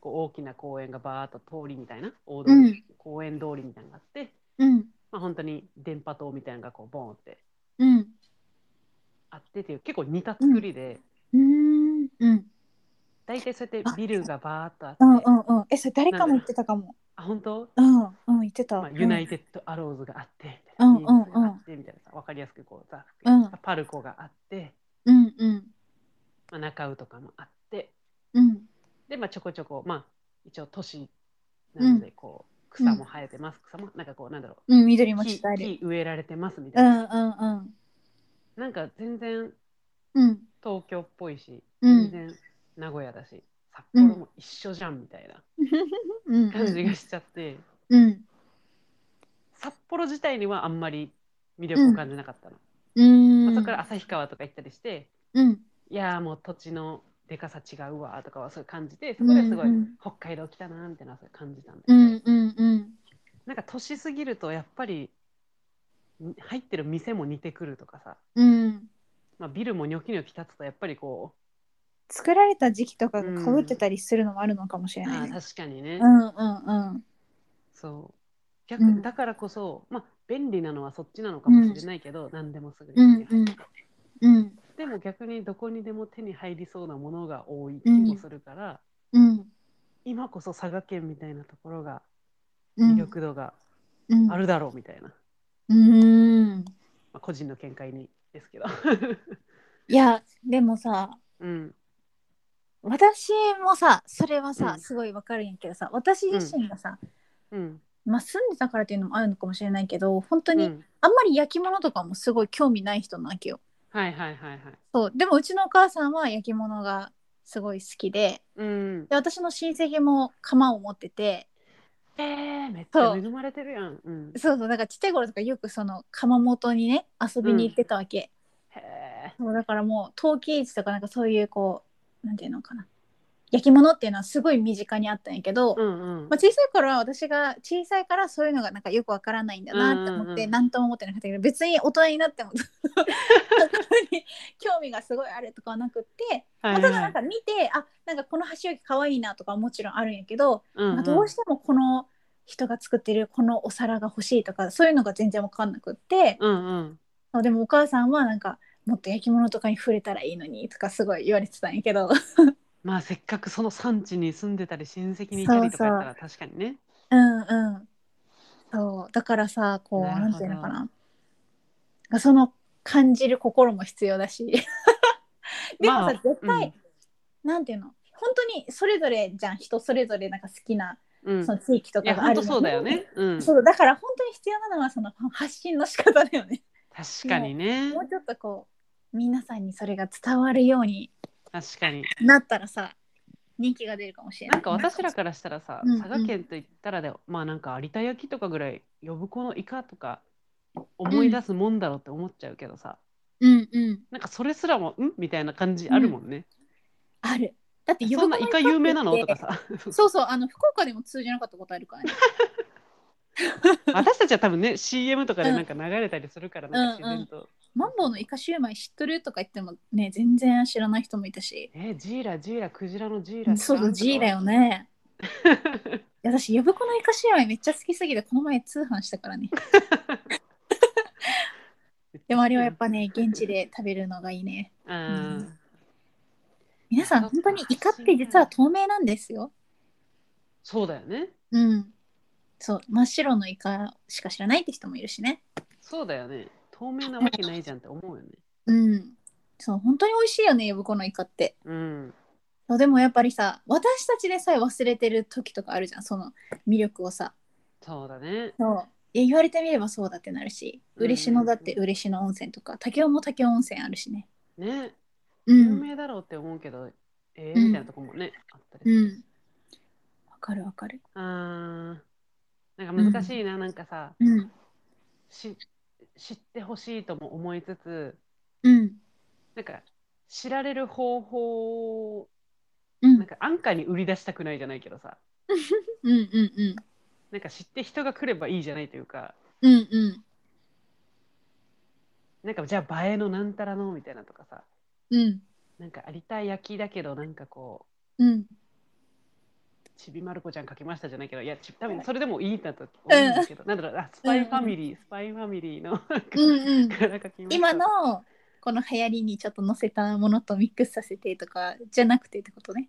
S2: こう大きな公園がバーッと通りみたいな大通
S1: う
S2: り、
S1: ん
S2: 公園通りみたいなのがあって、
S1: うん
S2: まあ、本当に電波塔みたいなのがこうボーンって
S1: うん
S2: あってっていう結構似た作りで、
S1: うんうん
S2: 大体そうやってビルがバーッとあって
S1: うんうんうんえそれ誰かも言ってたかも
S2: あ本当、
S1: うんうん言ってた、
S2: まあ、ユナイテッドアローズがあってみた
S1: う
S2: い
S1: ん
S2: な、イー
S1: うん
S2: グルが
S1: うん
S2: あってみたいなさ分かりやすくこうざ
S1: うん
S2: パルコがあって、
S1: うんうん
S2: まあ、中尾とかもあって
S1: うん
S2: で、まあ、ちょこちょこ、まあ、一応都市なのでこう、草も生えてます、草もなんかこうなんだろ
S1: うん、緑
S2: う
S1: も
S2: 木
S1: 伝える。
S2: 木植えられてますみた
S1: う
S2: い
S1: ん
S2: な、
S1: うん
S2: なんか全然
S1: うん。うん。
S2: 東京っぽいし
S1: うん
S2: 全然名古屋だし、札幌も一緒じゃんみたいな
S1: うん。
S2: 感じがしちゃって、
S1: うん。
S2: 札幌自体にはあんまり魅力を感じなかったの、
S1: うん。
S2: まあそこから旭川とか行ったりして
S1: うん。
S2: いやーもう土地のでかさ違うわとかはそういう感じてそこですご
S1: う
S2: い
S1: んうん
S2: 北海道来たなーみたいなそういう感じたんだけ
S1: う
S2: ど、
S1: んうんうん。
S2: なんか年過ぎるとやっぱりん入ってる店も似てくるとかさ、
S1: うん。
S2: まあ、ビルもニョキニョキ立つとやっぱりこ
S1: 作られた時期とかが被ってたりするのもあるのかもし
S2: う、
S1: れ
S2: あ
S1: な
S2: あ
S1: いね。
S2: 確かにね、
S1: うんうん
S2: そう逆
S1: うん
S2: だからこそ、まあ便利なのはそっちなのかもしれないけど、何でもすぐに手に入るから
S1: うん。うん
S2: でも逆にどこにでも手に入りそうなものが多い気もするから、
S1: うん。
S2: 今こそ佐賀県みたいなところが
S1: うん
S2: 魅力度が
S1: うん
S2: あるだろうみたいな、ま
S1: うん。
S2: あ、個人の見解にです
S1: (laughs)
S2: けど、
S1: いや、でもさ、
S2: うん、
S1: 私もさ、それは
S2: う
S1: さ
S2: ん、
S1: すごいわかるんやけどさ、私自身がさ、
S2: うん
S1: まあ住んでたからっていうのもあるのかもしれないけど、本当
S2: う
S1: に
S2: ん
S1: あんまり焼き物とかもすごい興味ない人なわけよ。
S2: はいはいはいはい
S1: そうでもうちのお母さんは焼き物がすごい好きで
S2: うん
S1: で私の親戚も釜を持ってて
S2: えー、めっちゃ恵まれてるやん。うん、
S1: そうそうだからちっちゃい頃とかよくその窯元にね遊びに行ってたわけ、
S2: へえ。
S1: そうだからもう陶器市とかなんかそういうこうなんていうのかな焼き物っていうのはすごい身近にあったんやけど、
S2: うんうん
S1: まあ、小さい頃は私が小さいからそういうのがなんかよくわからないんだなって思
S2: うん
S1: っ
S2: うんう
S1: て
S2: ん
S1: 何とも思ってなかったけど別に大人になっても (laughs) そこに興味がすごいあるとかはなくって、
S2: はい
S1: ま
S2: は
S1: あ
S2: い
S1: ただなんか見てあなんかこの箸置きかわいいなとかはもちろんあるんやけど、
S2: うんうん
S1: まあどうしてもこの人が作ってるこのお皿が欲しいとかそういうのが全然わかんなくって、
S2: うんうん
S1: でもお母さんはなんかもっと焼き物とかに触れたらいいのにとかすごい言われてたんやけど (laughs)
S2: まあせっかくその産地に住んでたり親戚にいたりとかやったら確かにね。
S1: うんうんそうだからさこう
S2: な
S1: な
S2: るほど
S1: んていうのかなその感じる心も必要だ
S2: (laughs)
S1: しでもさ、
S2: まあ
S1: 絶対、なんていうの本当にそれぞれじゃん人それぞれなんか好きな
S2: うんうん
S1: その地域と
S2: い
S1: か
S2: や
S1: があ
S2: 本
S1: るのに
S2: 当そうだよね。うん、
S1: そうだから本当に必要なのはその発信の仕方だよね。
S2: 確かにね
S1: もうちょっとこう皆さんにそれが伝わるように
S2: 確かに。
S1: なったらさ人気が出るかもしれない。
S2: なんか私らからしたらさ、
S1: うんうん
S2: 佐賀県と言ったらでまあなんか有田焼とかぐらい呼ぶ子のイカとか思い出すもんだろうって思っちゃうけどさ、
S1: うんうん
S2: なんかそれすらも「ん?」みたいな感じあるもんね。
S1: ある。だって
S2: そんなイカ有名なのと
S1: (laughs)
S2: かさ。
S1: そうそうあの福岡でも通じなかったことあるからね。
S2: 私たちは多分ね CM とかでなんか流れたりするからなんか自然と、
S1: マンボウのイカシューマイ知っとるとか言ってもね全然知らない人もいたし。
S2: えジーラジーラクジラのジーラ
S1: そうそう G だ
S2: よ
S1: よね。いや私呼ぶ子のイカシューマイめっちゃ好きすぎてこの前通販したから
S2: (laughs)
S1: ね。でもあれはやっぱね現地で食べるのがいいね。
S2: あー
S1: 皆さん
S2: そっ
S1: 本
S2: か
S1: 当にイカって実は透明なんですよ。
S2: そうだよね
S1: うん。そう真っ白のイカしか知らないって人もいるしね。
S2: そうだよね透明なわけないじゃんって思うよね
S1: うん。そう本当に美味しいよね呼ぶ子のイカって。
S2: うん
S1: そうでもやっぱりさ私たちでさえ忘れてる時とかあるじゃんその魅力をさ。
S2: そうだね
S1: そうえ言われてみればそうだってなるし嬉野だって嬉野温泉とか武雄も武雄温泉あるしね。
S2: ね
S1: う
S2: 有
S1: ん。
S2: 名だろうって思うけど、え
S1: う
S2: ー、
S1: ん
S2: みたいなとこもね、あったり
S1: う
S2: するし、
S1: ん。わかるわかる。
S2: あーなんか難しいな、なんかさ
S1: うん。
S2: し知ってほしいとも思いつつ
S1: うん。
S2: なんか知られる方法を
S1: うん。う
S2: なん
S1: ん
S2: か安価に売り出したくないじゃないけどさ
S1: うんうん。
S2: なんか知って人が来ればいいじゃないというか
S1: うんうん。
S2: なんかじゃあ映えのなんたらのみたいなとかさ
S1: うん。
S2: なんか有田焼きだけどなんかこ
S1: うん。
S2: うちびまる子ちゃん描きましたじゃないけどいやち多分それでもいいなと思うんだけど、なんだろうあスパイファミリー、スパイファミリーのなんか
S1: うんうん
S2: 柄描きました
S1: 今のこの流行りにちょっと載せたものとミックスさせてとかじゃなくてってことね。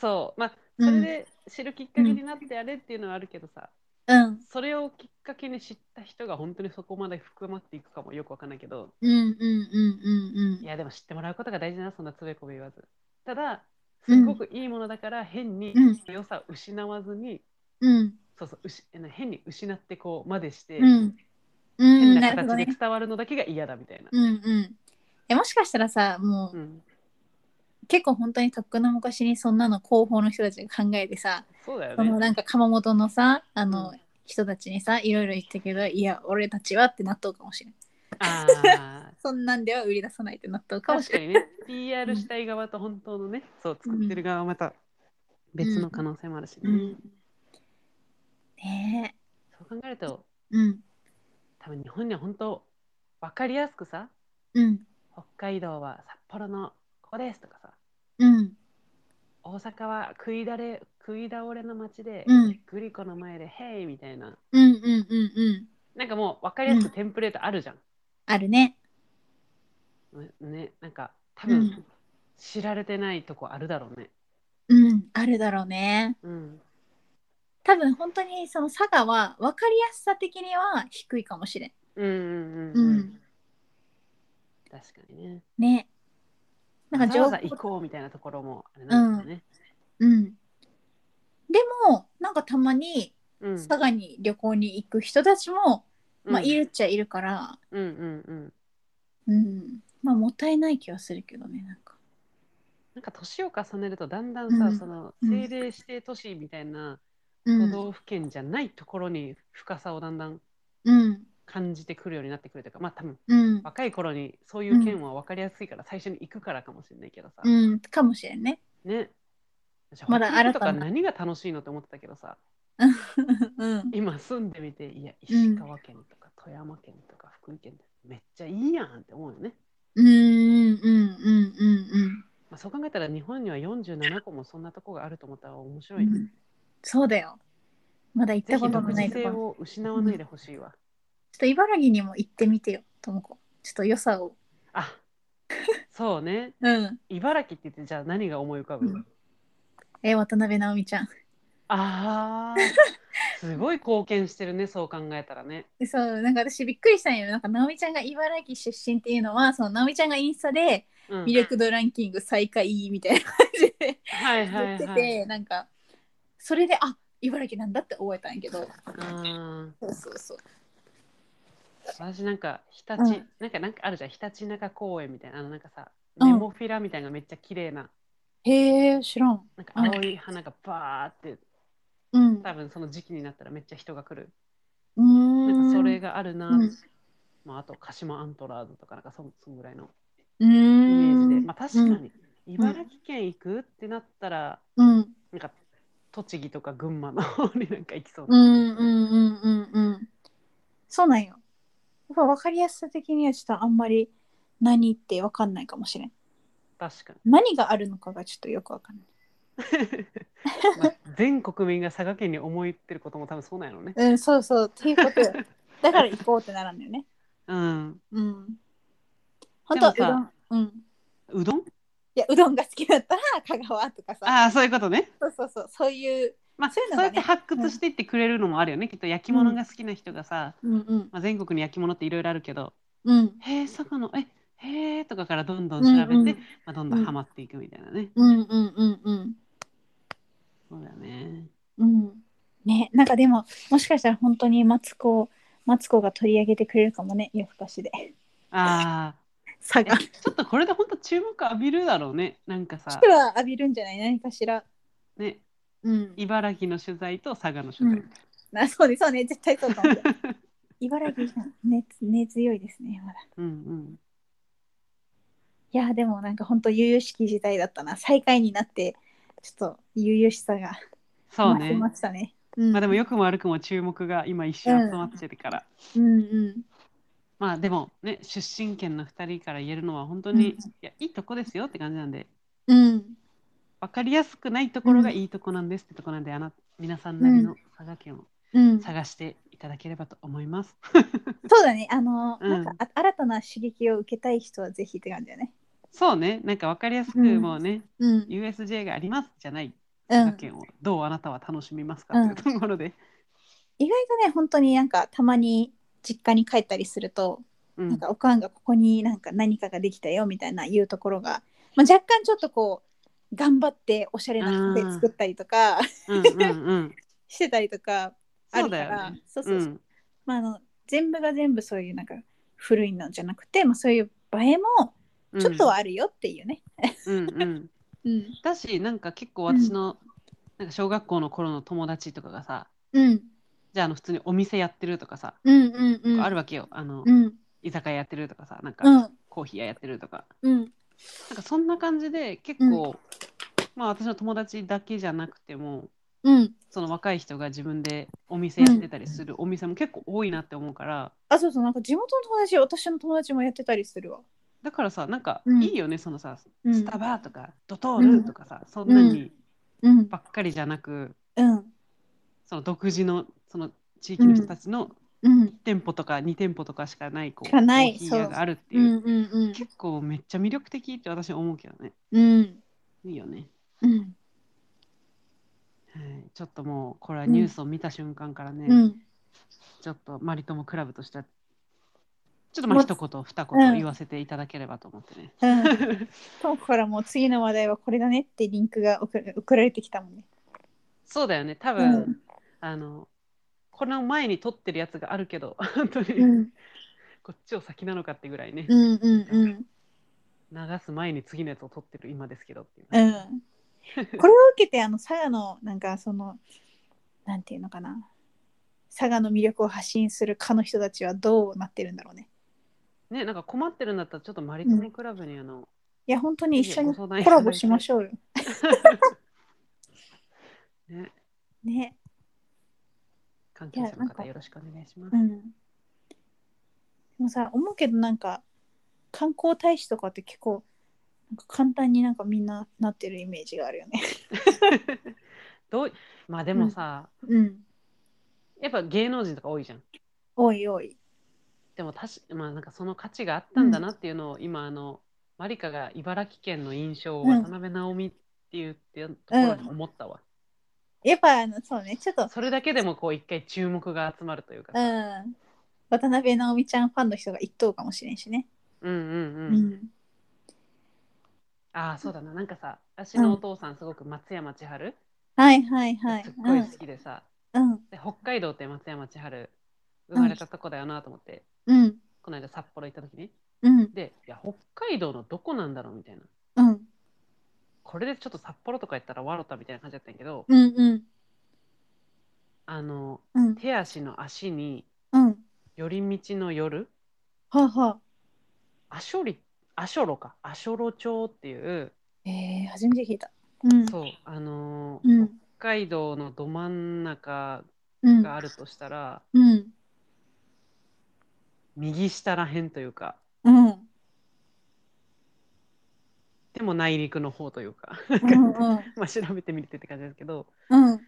S2: そうまあ
S1: うん
S2: それで知るきっかけになってやれっていうのはあるけどさ、
S1: うん
S2: それをきっかけに知った人が本当にそこまで深まっていくかもよくわかんないけど
S1: うんうんうんうん
S2: い
S1: うん。
S2: やでも知ってもらうことが大事だなそんなつべこべ言わずただ
S1: うん
S2: すごくいいものだから変に
S1: うん
S2: 良さを失わずに
S1: うん
S2: そうそううしな変に失ってこうまでして、
S1: うんう
S2: 変
S1: ん
S2: な
S1: なるほ
S2: 形
S1: ど
S2: で
S1: ね
S2: 伝わるのだけが嫌だみたいな。
S1: うんうんえもしかしたらさもう、
S2: うん
S1: 結構本当にとっくの昔にそんなの広報の人たちが考えてさ、
S2: そうだよ
S1: その
S2: ね。
S1: なんか窯元のさあの、
S2: うん
S1: 人たちにさいろいろ言ったけどいや俺たちはって納豆かもしれない
S2: ああ
S1: そんなんでは売り出さないって納豆かもし
S2: 確
S1: れ
S2: か
S1: ない (laughs)
S2: にね PR したい側と本当のねそう作ってる側はまた別の可能性もあるし
S1: う
S2: ね、
S1: んね
S2: そう考えると
S1: えうん
S2: 多分日本には本当分かりやすくさ
S1: うん
S2: 北海道は札幌のここですとかさ
S1: うん
S2: 大阪は食いだれ食い倒れの街で、
S1: うん
S2: グリコの前で「ヘイ!」みたいな
S1: うんうんうんうん
S2: なんかもう分かりやすくテンプレートあるじゃん、
S1: あるね
S2: ねなんか多
S1: う
S2: 分
S1: ん
S2: 知られてないとこあるだろうね
S1: うんあるだろうね
S2: うん
S1: 多分本当にその佐賀は分かりやすさ的には低いかもしれん
S2: うんうんうん、
S1: う
S2: うんん、確かにね
S1: ねなんか情
S2: わ
S1: 報
S2: ざわざ行こうみたいなところもあれなんですよね。
S1: うんでもなんかたまに
S2: うん
S1: 佐賀に旅行に行く人たちも、まあい
S2: る。
S1: るっちゃいるから
S2: うんうんうん。
S1: うんまあもったいない気はするけどねなんか
S2: なんか年を重ねるとだんだんさ、
S1: うん
S2: その
S1: うん
S2: 政令指定都市みたいな
S1: う
S2: 都
S1: ん
S2: 道府県じゃないところに深さをだんだん
S1: うん
S2: 感じてくるようになってくるというか、まあ多分
S1: うん、
S2: 若い頃にそういう県は分かりやすいから最初に行くからかもしれないけどさ、
S1: うん、かもしれん
S2: (laughs)
S1: ね
S2: ね。私
S1: まだ
S2: 北陸と
S1: 新
S2: か
S1: たな
S2: 何が楽しいのって思ってたけどさ
S1: うん
S2: 今住んでみていや石川県とか富山県とか福井県ってめっちゃいいやんって思うよね。
S1: うんうんうんうんうん
S2: まあ、そう考えたら日本には47個もそんなとこがあると思ったら面白
S1: う
S2: い、ね
S1: んそうだよまだ行っ
S2: ぜ
S1: た
S2: ひ
S1: ことの
S2: 独
S1: な
S2: 自
S1: いとこ
S2: 性
S1: ろ
S2: を失わないでほしいわ。
S1: ちょっと茨城にも行ってみてよともこちょっと良さを
S2: あそうね。
S1: うん
S2: 茨城って言ってじゃあ何が思い浮かぶ、
S1: うんえ渡辺直美ちゃん (laughs)
S2: ああすごい貢献してるねそう考えたらね。
S1: でそうなんか私びっくりしたんよなんか直美ちゃんが茨城出身っていうのはその直美ちゃんがインスタで
S2: うん、
S1: 魅力度ランキング最下位みたいな感じで
S2: はいは
S1: 言
S2: い
S1: ってて、
S2: はい。
S1: なんかそれであ茨城なんだって覚えたんやけど
S2: うん
S1: そうそうそう
S2: 私なんか日立、
S1: うん
S2: なんかなんかあるじゃんひたちなか公園みたいなあのなんかさ
S1: うん
S2: ネモフィラみたいなのがめっちゃ綺麗な、
S1: へえ知らん
S2: なんか青い花がバーって
S1: うん
S2: 多分その時期になったらめっちゃ人が来る
S1: うーん
S2: なんかそれがあるな、
S1: うん
S2: まあ、あと鹿島アントラーズとかなんかそんそんぐらいの
S1: うー
S2: イメー
S1: ん
S2: ジで、まあ、確かに茨城県行くってなったら、
S1: うん
S2: なんか栃木とか群馬の方になんか行きそう
S1: う
S2: な、
S1: んうんうんうんうんそうなんよやっぱ分かりやすさ的にはちょっとあんまり何って分かんないかもしれん
S2: 確かに、
S1: 何があるのかがちょっとよく分かんない
S2: まあ、全国民が佐賀県に思い入ってることも多分そうなんやろうね
S1: うんそうそうっていうこと
S2: (laughs)
S1: よだから行こうってならんだよね
S2: うん
S1: うん本当はう
S2: でも
S1: どん
S2: さ
S1: うん
S2: うどん
S1: いやうどんが好きだったら香川とかさ
S2: ああそういうことね
S1: そうそうそうそういう
S2: まあ
S1: そ
S2: そうう
S1: いうのがね
S2: やって発掘していってくれるのもあるよね、きっと焼き物が好きな人がさ、
S1: うんうん
S2: まあ、全国に焼き物っていろいろあるけど
S1: うん
S2: へえ佐賀のえへえとかからどんどん
S1: う
S2: 調
S1: ん
S2: べて、
S1: うん
S2: まあ、どんどんハマっていくみたいなね、
S1: うんうんうんうん
S2: そうだね
S1: うんねなんかでももしかしたら本当にマツコマツコが取り上げてくれるかもね夜更かしで
S2: ああ
S1: 佐賀
S2: えちょっとこれで本当注目浴びるだろうね。なんかさ
S1: 人、は浴びるんじゃない何かしら
S2: ね、
S1: うん
S2: 茨城の取材と佐賀の取材。
S1: うんあそうねそうね絶対そうかも茨城さんね根強いですねまだ
S2: うんうん。
S1: いやでもなんか本当悠々しき時代だったな最下位になってちょっと悠々しさが
S2: そう
S1: 増
S2: ね
S1: し。ましたねうん
S2: まあでも良くも悪くも注目が今一瞬集まってるから。
S1: うんうん
S2: まあでもね、出身県の2人から言えるのは本当に、
S1: うん
S2: いや、いいとこですよって感じなんで、
S1: うん
S2: 分かりやすくないところがいいとこなんですってとこなんで、あな皆さんなりの佐賀県を
S1: うん、そう
S2: 探していただければと思います。
S1: だねあの、
S2: うん
S1: なんかあ新たな刺激を受けたい人はぜひって感じだね
S2: そうね、なんか分かりやすく
S1: うん
S2: もうね、
S1: うん、
S2: USJ がありますじゃない。
S1: う
S2: 佐賀
S1: ん、
S2: 県をどうあなたは楽しみますかというところで、
S1: 意外とね本当になんかたまに実家に帰ったりすると、
S2: うん
S1: なんかおかんがここになんか何かができたよみたいな言うところが、まあ、若干ちょっとこう頑張っておしゃれなカフェ作ったりとか (laughs)
S2: うんうんうん
S1: してたりとかあ
S2: そ
S1: る
S2: う
S1: か
S2: だよ
S1: ら
S2: ね。
S1: そうそう
S2: う。
S1: そうんまあ、あの全部が全部そういうなんか古いのじゃなくて、まあ、そういう映えもちょっとはあるよっていうね。
S2: うん。うんうん。
S1: うん、
S2: だし、なんか結構私の、なんか小学校の頃の友達とかがさ、
S1: うん、
S2: じゃああの普通にお店やってるとかさ、
S1: うん、うん、うん、
S2: あるわけよ。あの、
S1: うん、
S2: 居酒屋やってるとかさ、なんか、
S1: うん、
S2: コーヒー屋やってるとか。
S1: うん、
S2: なんかそんな感じで結構、まあ私の友達だけじゃなくても、
S1: うん、
S2: その若い人が自分でお店やってたりするお店も結構多いなって思うから、
S1: あ、そうそう、なんか地元の友達、私の友達もやってたりするわ。
S2: だからさ、なんか
S1: うん
S2: いいよね、そのさ、
S1: うん
S2: スタバとかドトールとかさ、そんなに
S1: うん、
S2: ばっかりじゃなく、
S1: うん、
S2: その独自のその地域の人たちの
S1: うん、
S2: 店舗とか2店舗とかしかないこう
S1: しかない
S2: コーヒー屋
S1: そう
S2: があるって
S1: う
S2: い
S1: ん
S2: う、、
S1: うん、
S2: 結構めっちゃ魅力的って私思うけどね。
S1: うん、
S2: いいよね。
S1: うん、
S2: はい、ちょっともうこれはニュースを見た瞬間からね、
S1: うん。
S2: ちょっとマリトモクラブとしてはちょっとまあ
S1: もう
S2: 一言二言言わせていただければと思ってね。
S1: うん、トークからもう次の話題はこれだねってリンクが送ら送られてきたもんね。
S2: そうだよね多
S1: う
S2: 分、
S1: ん、
S2: あのこの前に撮ってるやつがあるけど本当に、
S1: うん、
S2: こっちを先なのかってぐらいね、
S1: うん、うん、うん。
S2: 流す前に次のやつを撮ってる今ですけどっていう、
S1: うん、これを受けてあの佐賀のなんかそのなんていうのかな佐賀の魅力を発信するかの人たちはどうなってるんだろうね。
S2: ねなんか困ってるんだったらちょっとマリトモクラブにあの、
S1: いや本当に一緒
S2: いい
S1: に
S2: よ
S1: コラボしましょうよ。
S2: (laughs) ね
S1: ね。
S2: 関係者の
S1: いやなんか
S2: 方よろしくお願いします
S1: う。ん。でもさ思うけどなんか観光大使とかって結構なんか簡単になんかみんななってるイメージがあるよね。 (laughs)
S2: どういまあでもさ、
S1: うん。
S2: やっぱ芸能人とか多いじゃん。
S1: おいおい。
S2: でもたし、まあ、なんかその価値があったんだなっていうのを、今あのマリカが茨城県の印象を
S1: うん
S2: 渡辺直美って言ってところに思ったわ、
S1: やっぱあのそうねちょっと
S2: それだけでもこう一回注目が集まるというか、
S1: うん渡辺直美ちゃんファンの人が一等かもしれんしね。
S2: うんうん
S1: う
S2: うん、ああそうだななんかさ私のお父さんすごく松山千春、
S1: はいはいはい。
S2: すっごい好きでさ、
S1: うん
S2: で北海道って松山千春生まれたとこだよなと思って、
S1: うん
S2: この間札幌行った時に
S1: うん
S2: でいや北海道のどこなんだろうみたいな
S1: うん
S2: これでちょっと札幌とか行ったらわろたみたいな感じだったんやけど、
S1: うんうん
S2: あの
S1: うん
S2: 手足の足に
S1: うん
S2: 寄り道の夜
S1: はあは
S2: アショリアショロかアショロ町っていう、
S1: あえー、初めて聞いた。うん
S2: そうあのー
S1: うん
S2: 北海道のど真ん中
S1: うん
S2: があるとしたら、
S1: うん
S2: 右下らへんというか
S1: うんうん
S2: でも内陸の方というか (laughs)
S1: うん
S2: まあ調べてみてって感じですけど
S1: うん
S2: い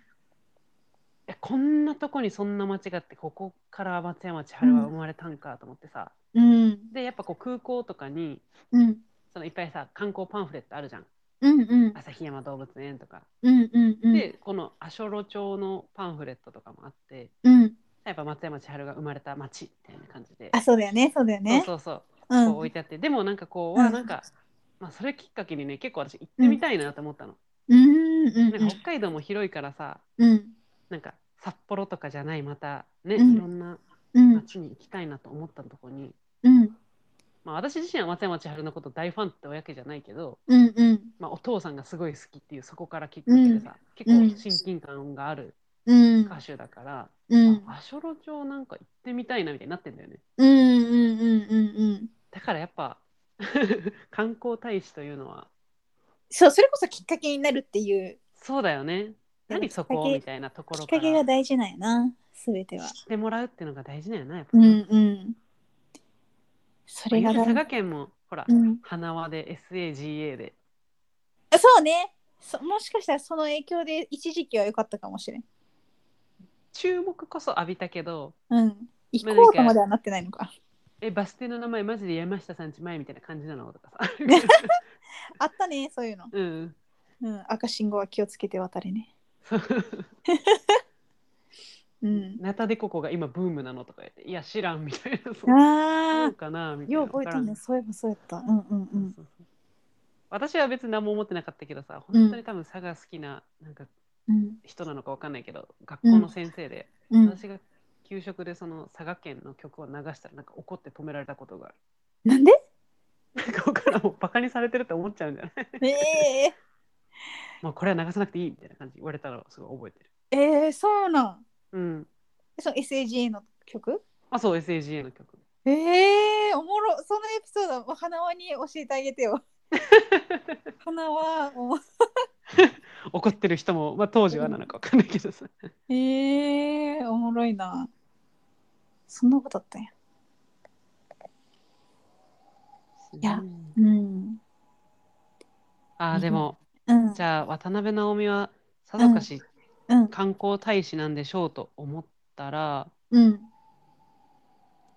S2: やこんなとこにそんな間違ってここから松山千春は生まれたんかと思ってさ、
S1: うん
S2: でやっぱこう空港とかに
S1: うん
S2: そのいっぱいさ観光パンフレットあるじゃん
S1: うんうん
S2: 旭山動物園とか
S1: うんうんうん
S2: でこの阿蘇路町のパンフレットとかもあって
S1: うん
S2: やっぱ松山千春が生まれた町みたいな感じで、
S1: あそうだよねそうだよね。
S2: そうそう
S1: う
S2: そうこ
S1: ん
S2: う置いてあって、でもなんかこう、
S1: うん
S2: わなんか、まあ、それきっかけにね結構私行ってみたいなと思ったの、
S1: うんうん
S2: なんか北海道も広いからさ
S1: うん
S2: なんか札幌とかじゃないまたね、
S1: うん
S2: いろんな
S1: うん
S2: 町に行きたいなと思ったところに、
S1: うん
S2: まあ、私自身は松山千春のこと大ファンってわけじゃないけど、
S1: うんうん
S2: まあ、お父さんがすごい好きっていうそこからきっかけでさ、
S1: うん
S2: 結構親近感がある
S1: うん
S2: 歌手だから。
S1: うん
S2: あアショロ町なんか行ってみたいなみたいになってんだよね
S1: うんうんうんうんうん
S2: だからやっぱ (laughs) 観光大使というのは
S1: そうそれこそきっかけになるっていう
S2: そうだよね何そこみたいなとこ
S1: き
S2: ろ
S1: っ
S2: か
S1: からけが大事なんやな全ては。
S2: 知ってもらうっていうのが大事だよなやっぱ、
S1: うん
S2: ま
S1: うん。そ
S2: あ
S1: れが
S2: 言うて
S1: だ、
S2: 佐賀県もほら、
S1: うん、
S2: 花輪で SAGA で
S1: あそうねそ。もしかしたらその影響で一時期は良かったかもしれん。
S2: 注目こそ浴びたけど
S1: うん。行
S2: まあ
S1: こうとまではなってないのか。
S2: えバス停の名前マジで山下さんち前みたいな感じなのとかさ
S1: (laughs) あったね、そういうの。
S2: うん
S1: うん。赤信号は気をつけて渡れ (laughs) ね。うん。
S2: ナタデココが今ブームなのとか言っていや知らんみたいなそうそ
S1: あ
S2: うかな
S1: あ、
S2: みたいな
S1: よう覚えてる
S2: わからん
S1: ね。そういえばそうやった。うんうんう。
S2: そうんそうそう私は別に何も思ってなかったけどさ本当に多分佐賀好きななんか
S1: うん、
S2: 人なのかわかんないけど学校の先生で、
S1: うん、
S2: 私が給食でその佐賀県の曲を流したらなんか怒って止められたことがある。
S1: (laughs)
S2: (laughs)
S1: なんで
S2: なんか僕らもうバカにされてると思っちゃうんじゃない
S1: え
S2: (laughs)
S1: え
S2: もうこれは流さなくていいみたいな感じ言われたのをすごい覚えてる。
S1: ええそうなん
S2: うん。
S1: その SAGA の曲
S2: あ、そう、SAGA の曲。
S1: ええおもろそのエピソードは花輪に教えてあげて (laughs) よ花輪も
S2: 怒ってる人も、まあ、当時はなのかわかんないけどさ。
S1: ええおもろいなそんなことだったんややうん
S2: あー、でも、
S1: うん
S2: じゃあ渡辺直美はさぞかし
S1: うん
S2: 観光大使なんでしょうと思ったら、
S1: うん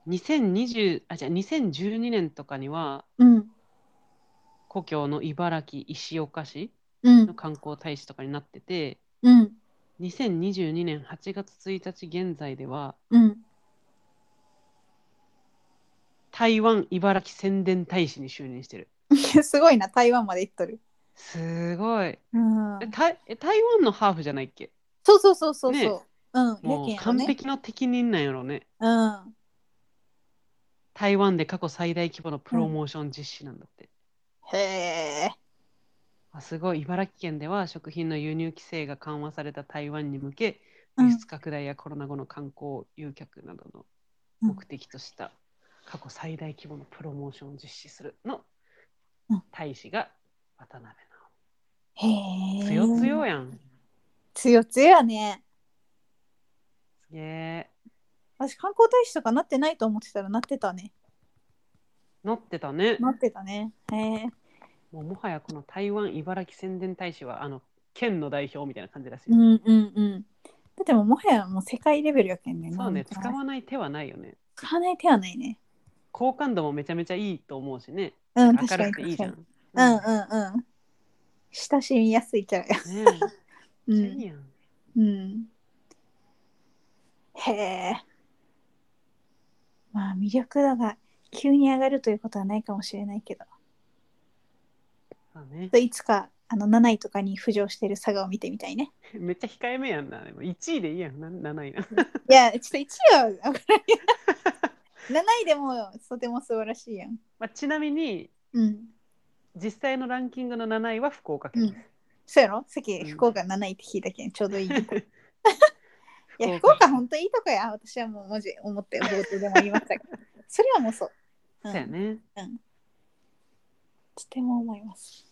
S2: 2020あじゃあ2012年とかには
S1: うん
S2: 故郷の茨城石岡市
S1: うん
S2: の観光大使とかになってて
S1: うん
S2: 2022年8月1日現在では
S1: うん (laughs)
S2: 台湾茨城宣伝大使に就任してる
S1: すごいな台湾まで行っとる
S2: すごい
S1: うん
S2: えたえ台湾のハーフじゃないっけ
S1: そうそうそうそうそう、
S2: ね
S1: うん
S2: もう
S1: やけんよ
S2: 完
S1: ね
S2: 璧の適任なんやろうね
S1: うん
S2: 台湾で過去最大規模のプロモーション実施なんだって、
S1: へえ
S2: あすごい茨城県では食品の輸入規制が緩和された台湾に向け
S1: うん
S2: 輸出拡大やコロナ後の観光誘客などの目的とした過去最大規模のプロモーションを実施するの
S1: うん
S2: 大使が渡辺
S1: へえ
S2: 直美強強やん
S1: 強強やね
S2: すげえ
S1: 私観光大使とかなってないと思ってたらなってたね
S2: 乗ってたね
S1: なってたねへえ
S2: もうもはやこの台湾茨城宣伝大使はあの県の代表みたいな感じらしい、
S1: うんうんうんだってもうもはやもう世界レベルやけんね
S2: そうね
S1: 使
S2: 使
S1: わ
S2: わない手はないよね
S1: 使わない手はないね
S2: 好感度もめちゃめちゃいいと思うしね
S1: うん確
S2: 明
S1: か
S2: る
S1: に
S2: くていい
S1: 確
S2: じ
S1: か
S2: ゃ
S1: にう
S2: ん
S1: んうんうん親しみやすいキャラや
S2: ね
S1: う
S2: えめっちゃいい
S1: ん、
S2: やん
S1: うん、へえまあ魅力だが急に上がるということはないかもしれないけど
S2: そうね (laughs)
S1: いつかあの7位とかに浮上してる佐賀を見てみたいね
S2: めっちゃ控えめやんな。でも1位でいいやん。な7位な。
S1: (laughs) い
S2: (laughs)
S1: やちょっと1位は分からん (laughs) よ7位でもとても素晴らしいやん
S2: まあ、ちなみに、
S1: うん
S2: 実際のランキングの7位は福岡県です。
S1: そうやろさっき
S2: うん
S1: 福岡7位って聞いたけんちょうどいい。いや福
S2: 福
S1: 岡
S2: 岡
S1: ほんといいとこや。私はもう文字思って冒頭でも言いましたが。 (laughs) それはもうそう。う
S2: そ
S1: ん
S2: うやね。
S1: とても思います。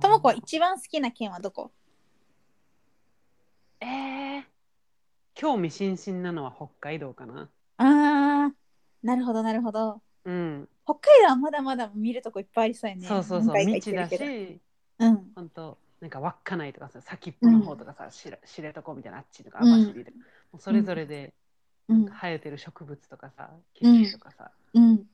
S1: ともこ一番好きな県はどこ
S2: えー、興味津々なのは北海道かな。
S1: ああなるほどなるほど。
S2: うん。
S1: 北海道はまだまだ見るとこいっぱいありそうやね。
S2: そうそうそう。
S1: 何
S2: 未
S1: 回か行
S2: 知だ
S1: ってるけど
S2: し、
S1: うん。
S2: 本当なんか稚内とかさ、先っぽの方とかさ、知ら知床みたいなあっちとか、
S1: うん
S2: 網走とか、もうそれぞれで
S1: うん。
S2: 生えてる植物とかさ、
S1: うん
S2: 景色とかさ、
S1: うん。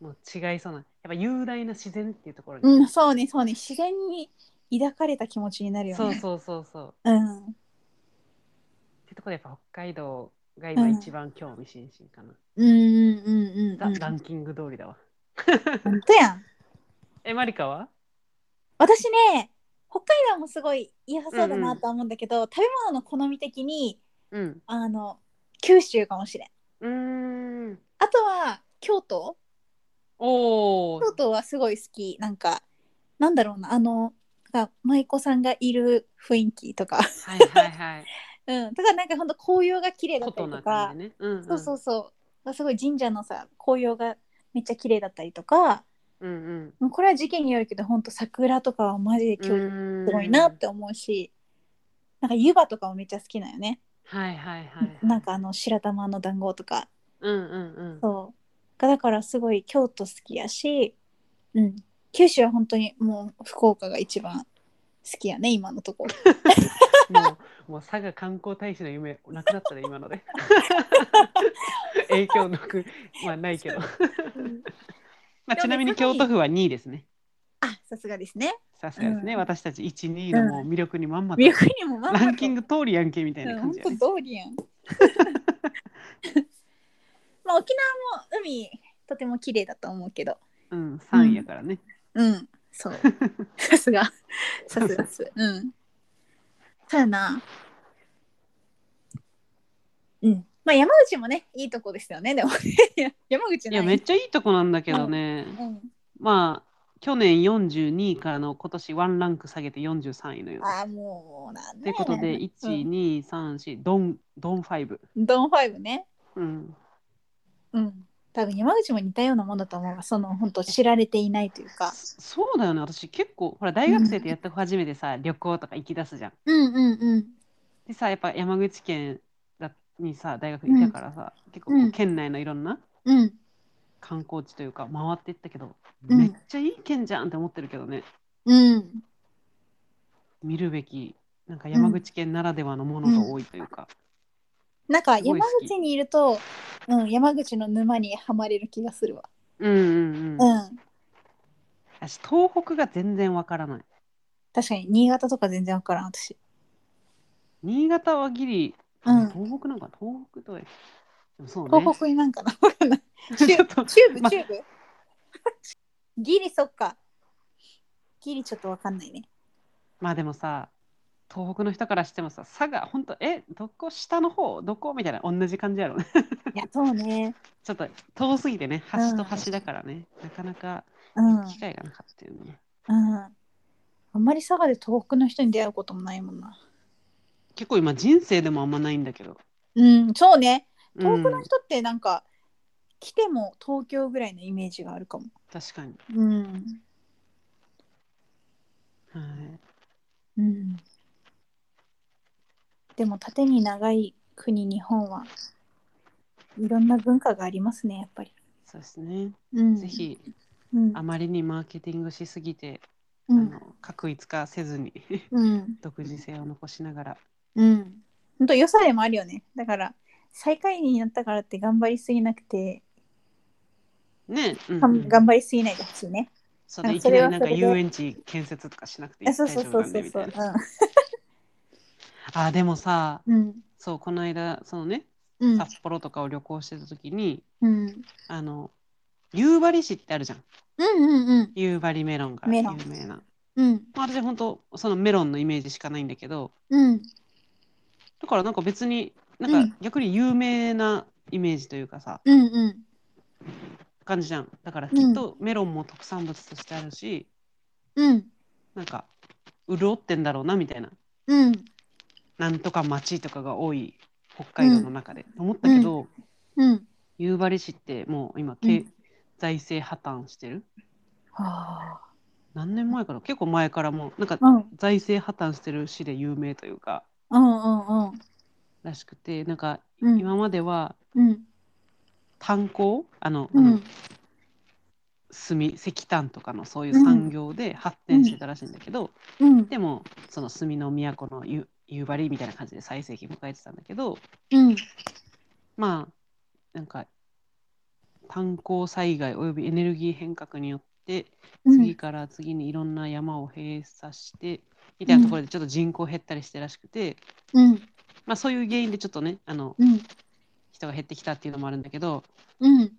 S2: もう違いそうな、やっぱ雄大な自然っていうところ
S1: う
S2: に。
S1: ん、そうねそうね。自然に抱かれた気持ちになるよね。
S2: そうそうそうそう。
S1: うん。
S2: ってとこでやっぱ北海道が今一番興味津々か
S1: う
S2: な。
S1: んうんうんうん
S2: ラ
S1: うん。
S2: ランキング通りだわ。
S1: ほんとやん。
S2: え、マリカは
S1: 私ね北海道もすごい良さそうだなとは思うんだけど、食べ物の好み的に
S2: うん。
S1: あの九州かもしれん
S2: うーん。
S1: あとは京都
S2: おお。
S1: 京都はすごい好きなんかなんだろうなあのなんか舞妓さんがいる雰囲気とか
S2: はいは
S1: (laughs)
S2: いはい。
S1: うんとかなんかほんと紅葉が綺麗だっ
S2: こ
S1: た
S2: と
S1: りと
S2: な
S1: か
S2: 感、じね。うん、うん。
S1: そうそうそうすごい神社のさ紅葉がめっちゃ綺麗だったりとか
S2: うんうん。
S1: もうこれは時期によるけどほんと桜とかはマジで
S2: う
S1: 京都
S2: ーん。
S1: すごいなって思うし、なんか湯葉とかもめっちゃ好きなんよね
S2: はいはいはい。
S1: なんかあ。の白玉の団子とか
S2: うんうんうん。
S1: そうがだからすごい京都好きやし、うん、九州は本当にもう福岡が一番好きやね今のと
S2: (laughs)
S1: ころ
S2: もう、もう佐賀観光大使の夢、なくなったね、今
S1: (laughs)
S2: ので。影響なく、まあないけど。まあ、ちなみに京都府は2位ですね。
S1: あさすがです
S2: (laughs)
S1: ね
S2: さすがですね、
S1: うん
S2: 私たち1、2位のもう魅力にまんまと
S1: 魅力にもまんま
S2: ランキング通りやんけみたいな
S1: 本
S2: 感じやね、
S1: 当通りやんまあ沖縄も海とても綺麗だと思うけど
S2: うん、3位やからね。
S1: うんそうさすがさすがっすうんそうやなうんまあ山口もねいいとこですよねでもね山口
S2: い
S1: ない
S2: やめっちゃいいとこなんだけどね、
S1: うん、
S2: まあ去年42位からの今年ワンランク下げて43位のようです
S1: ああもうなんだ
S2: という
S1: よ
S2: ことで、
S1: ね
S2: 1、2、3、4、ドン、ドン5。
S1: うん、ドンファイブね
S2: うん。
S1: うん多分山口も似たようなもんだと思うわその本当知られていないというか
S2: そそうだよね、私結構、ほら、大学生ってやっと初めてさ、旅行とか行き出すじゃん。
S1: うんうん
S2: でさ、やっぱ山口県だにさ、大学いたからさ、結構こう
S1: うん
S2: 県内のいろんな
S1: うんうん
S2: 観光地というか、回っていったけど、
S1: うん
S2: めっちゃいい県じゃんって思ってるけどね、
S1: うん
S2: 見るべき、なんか山口県ならではのものが多いというか、
S1: なんか
S2: すごい
S1: 山
S2: 好き
S1: 口にいると、うん、山口の沼にはまれる気がするわ。
S2: うんうんうん。
S1: うん、
S2: 私、東北が全然わからない。
S1: 確かに新潟とか全然わからん私。
S2: 新潟はギリ、
S1: うん
S2: 東北なんか東北とはでもそうね
S1: 東北になんかな。わかん
S2: (laughs)
S1: ない
S2: ちょっと
S1: チューブ
S2: ま
S1: チューブ。 (laughs) ギリそっか。ギリちょっとわかんない
S2: (laughs)
S1: ね。
S2: まあでもさ東北の人からしてもさ佐賀本当えどこ下の方どこみたいな同じ感じやろうね (laughs)
S1: いやそうね。
S2: ちょっと遠すぎてね
S1: うん
S2: 橋と橋だからね、なかなか
S1: うん。うん。
S2: 機会がなかったよね、
S1: あんまり佐賀で東北の人に出会うこともないもんな。
S2: 結構今人生でもあんまないんだけど
S1: うん、そうね。東北
S2: う
S1: の
S2: ん
S1: 人ってなんか、来ても東京ぐらいのイメージがあるかも。
S2: 確かに、
S1: うん。
S2: はい、
S1: うんでも縦に長い国日本はいろんな文化がありますねやっぱり。
S2: そうですね、
S1: うん、
S2: ぜ、ひ
S1: うん
S2: あまりにマーケティングしすぎて、
S1: う
S2: あ
S1: ん
S2: の確一化せずに (laughs)
S1: うん
S2: 独自性を残しながら
S1: うん、ほんと良さでもあるよねだから最下位になったからって頑張りすぎなくて、
S2: ね、うん
S1: が
S2: うん
S1: ん、頑張りすぎないでほしいね。
S2: そうで
S1: あ
S2: い
S1: そ
S2: き
S1: れ
S2: な
S1: は
S2: りなんか
S1: それで
S2: 遊園地建設とかしなくて
S1: あ
S2: 大丈
S1: そうそうそ
S2: 夫
S1: う
S2: なん
S1: そうそ
S2: でみた
S1: う
S2: いな。あでもさ
S1: うん
S2: そうこの間そのね
S1: うん
S2: 札幌とかを旅行してた時に、
S1: うんうん
S2: あの夕張市ってあるじゃん
S1: うんうん
S2: 夕張メロンが
S1: メ
S2: 有
S1: ロン
S2: 名な。
S1: うん
S2: まあ、私本当そのメロンのイメージしかないんだけど
S1: うん
S2: だからなんか別にな
S1: うんん
S2: か逆に有名なイメージというかさ、
S1: うんうん
S2: 感じじゃんだからきっとメロンも特産物としてあるし、
S1: うん
S2: なんか潤ってんだろうなみたいな
S1: うん
S2: なんとか町とかが多い北海道の中で、思ったけど、
S1: うん
S2: 夕張市ってもう今、け
S1: うん
S2: 財政破綻してる
S1: はあ
S2: 何年前から結構前からもうなんか
S1: うんうん
S2: 財政破綻してる市で有名というか
S1: うんうん
S2: らしくてなんか
S1: うん
S2: 今までは
S1: うん
S2: 炭鉱あの、
S1: う
S2: あ
S1: ん
S2: の炭石炭とかのそういう産業で発展してたらしいんだけど、
S1: うん
S2: でもその炭の都の夕夕張みたいな感じで最盛期迎えてたんだけど
S1: うん
S2: まあなんか炭鉱災害およびエネルギー変革によって次から次にいろんな山を閉鎖して、みたいなところでちょっと人口減ったりしてらしくて、
S1: うん
S2: まあ、そういう原因でちょっとねあの
S1: うん
S2: 人が減ってきたっていうのもあるんだけど
S1: うん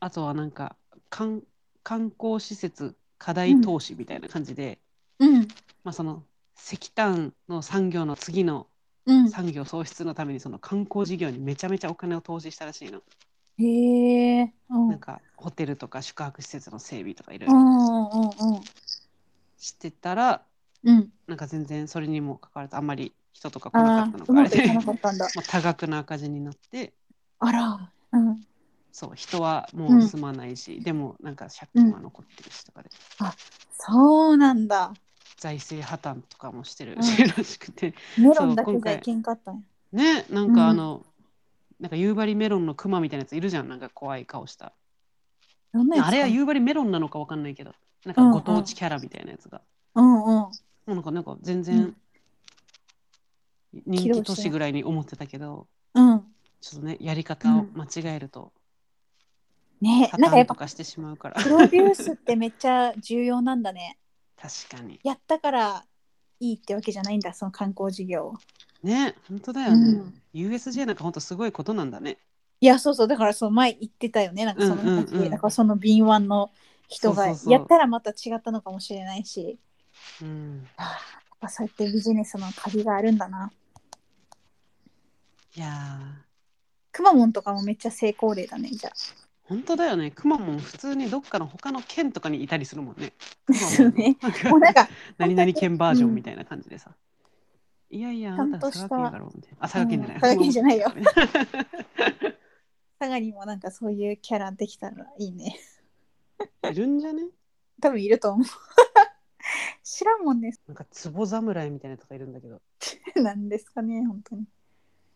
S2: あとはなんか観観光施設課題投資みたいな感じで、
S1: うん
S2: まあ、その石炭の産業の次の
S1: うん
S2: 産業創出のためにその観光事業にめちゃめちゃお金を投資したらしいの、
S1: へえうんう
S2: なん
S1: ん
S2: かホテルとか宿泊施設の整備とかいろいろ
S1: うんうん
S2: してたら
S1: うん
S2: なんか全然それにもかかわらずあんまり人とか来な
S1: あ
S2: かった
S1: あ
S2: の
S1: う
S2: かあ
S1: ま
S2: れ
S1: くい
S2: で
S1: か
S2: (laughs) も
S1: なかったんだ
S2: う多額な赤字になって
S1: あらうん
S2: そう人はもう住まないし、でもなんか借金は残ってるしとかで、
S1: そうなんだ
S2: 財政破綻とかもしてる
S1: うん
S2: しらしくて、
S1: メロンだけ
S2: そう
S1: じ
S2: 今
S1: ゃ
S2: 回
S1: いけんかったんや
S2: ねなんかあの、なんか夕張メロンのクマみたいなやついるじゃんなんか怖い顔した
S1: どんなやつ
S2: あれは
S1: う
S2: 夕張メロンなのかわかんないけどなんか
S1: うんうん
S2: ご当地キャラみたいなやつが、
S1: うんうん
S2: もうなんかなんか全
S1: う
S2: 然
S1: ん
S2: 人気都市ぐらいに思ってたけど
S1: うん
S2: ちょっとねやり方を間違えると
S1: ね
S2: 破
S1: なんかや
S2: 綻
S1: っ
S2: と
S1: ぱ
S2: かしてしまうから、
S1: プロデュースってめっちゃ重要なんだね
S2: 確かに
S1: やったからいいってわけじゃないんだその観光事業を
S2: ね本当だよね、
S1: うん
S2: USJ なんか本当すごいことなんだね
S1: いやそうそうだからそう前言ってたよねなんかその話、
S2: うんうんうん
S1: だからその敏腕の人が
S2: そうそうそう
S1: やったらまた違ったのかもしれないし
S2: うん、
S1: やっぱそうやってビジネスの鍵があるんだない
S2: や
S1: くまモンとかもめっちゃ成功例だねじゃあ
S2: ー本当だよねくまモン普通にどっかの他の県とかにいたりするもんね。
S1: そうね
S2: くまモ
S1: (laughs) も
S2: ン
S1: うなんか
S2: 何々県バージョンみたいな感じでさ。いやいや、あなた
S1: ちゃんとし
S2: 佐
S1: た
S2: 賀県だろうみたいな。あ、佐賀県じゃない。
S1: うん佐賀県じゃ (laughs) ないよ。佐賀にもなんかそういうキャラできたらいいね
S2: いるんじゃね
S1: 多分いると思う (laughs) 知らんもんね
S2: なんか壺侍みたいなとかいるんだけど、
S1: なんですかね本当に、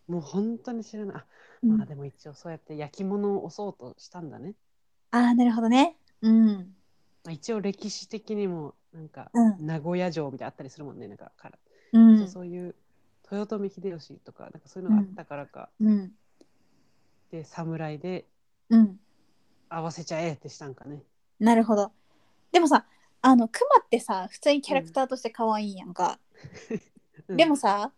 S2: もう本当に知らない。あ、
S1: うん
S2: まあでも一応そうやって焼き物を押そうとしたんだね。
S1: ああなるほどねうん
S2: まあ、一応歴史的にもなんか
S1: うん
S2: 名古屋城みたいなのあったりするもんね。なんかから、
S1: う
S2: そうんそういう豊臣秀吉とかなんかそういうのがあったからか、
S1: うん
S2: で侍で
S1: うん
S2: 合わせちゃえってしたんかね。
S1: なるほどでもさあのクマってさ普通にキャラクターとして可愛いやんか、
S2: うん
S1: でもさ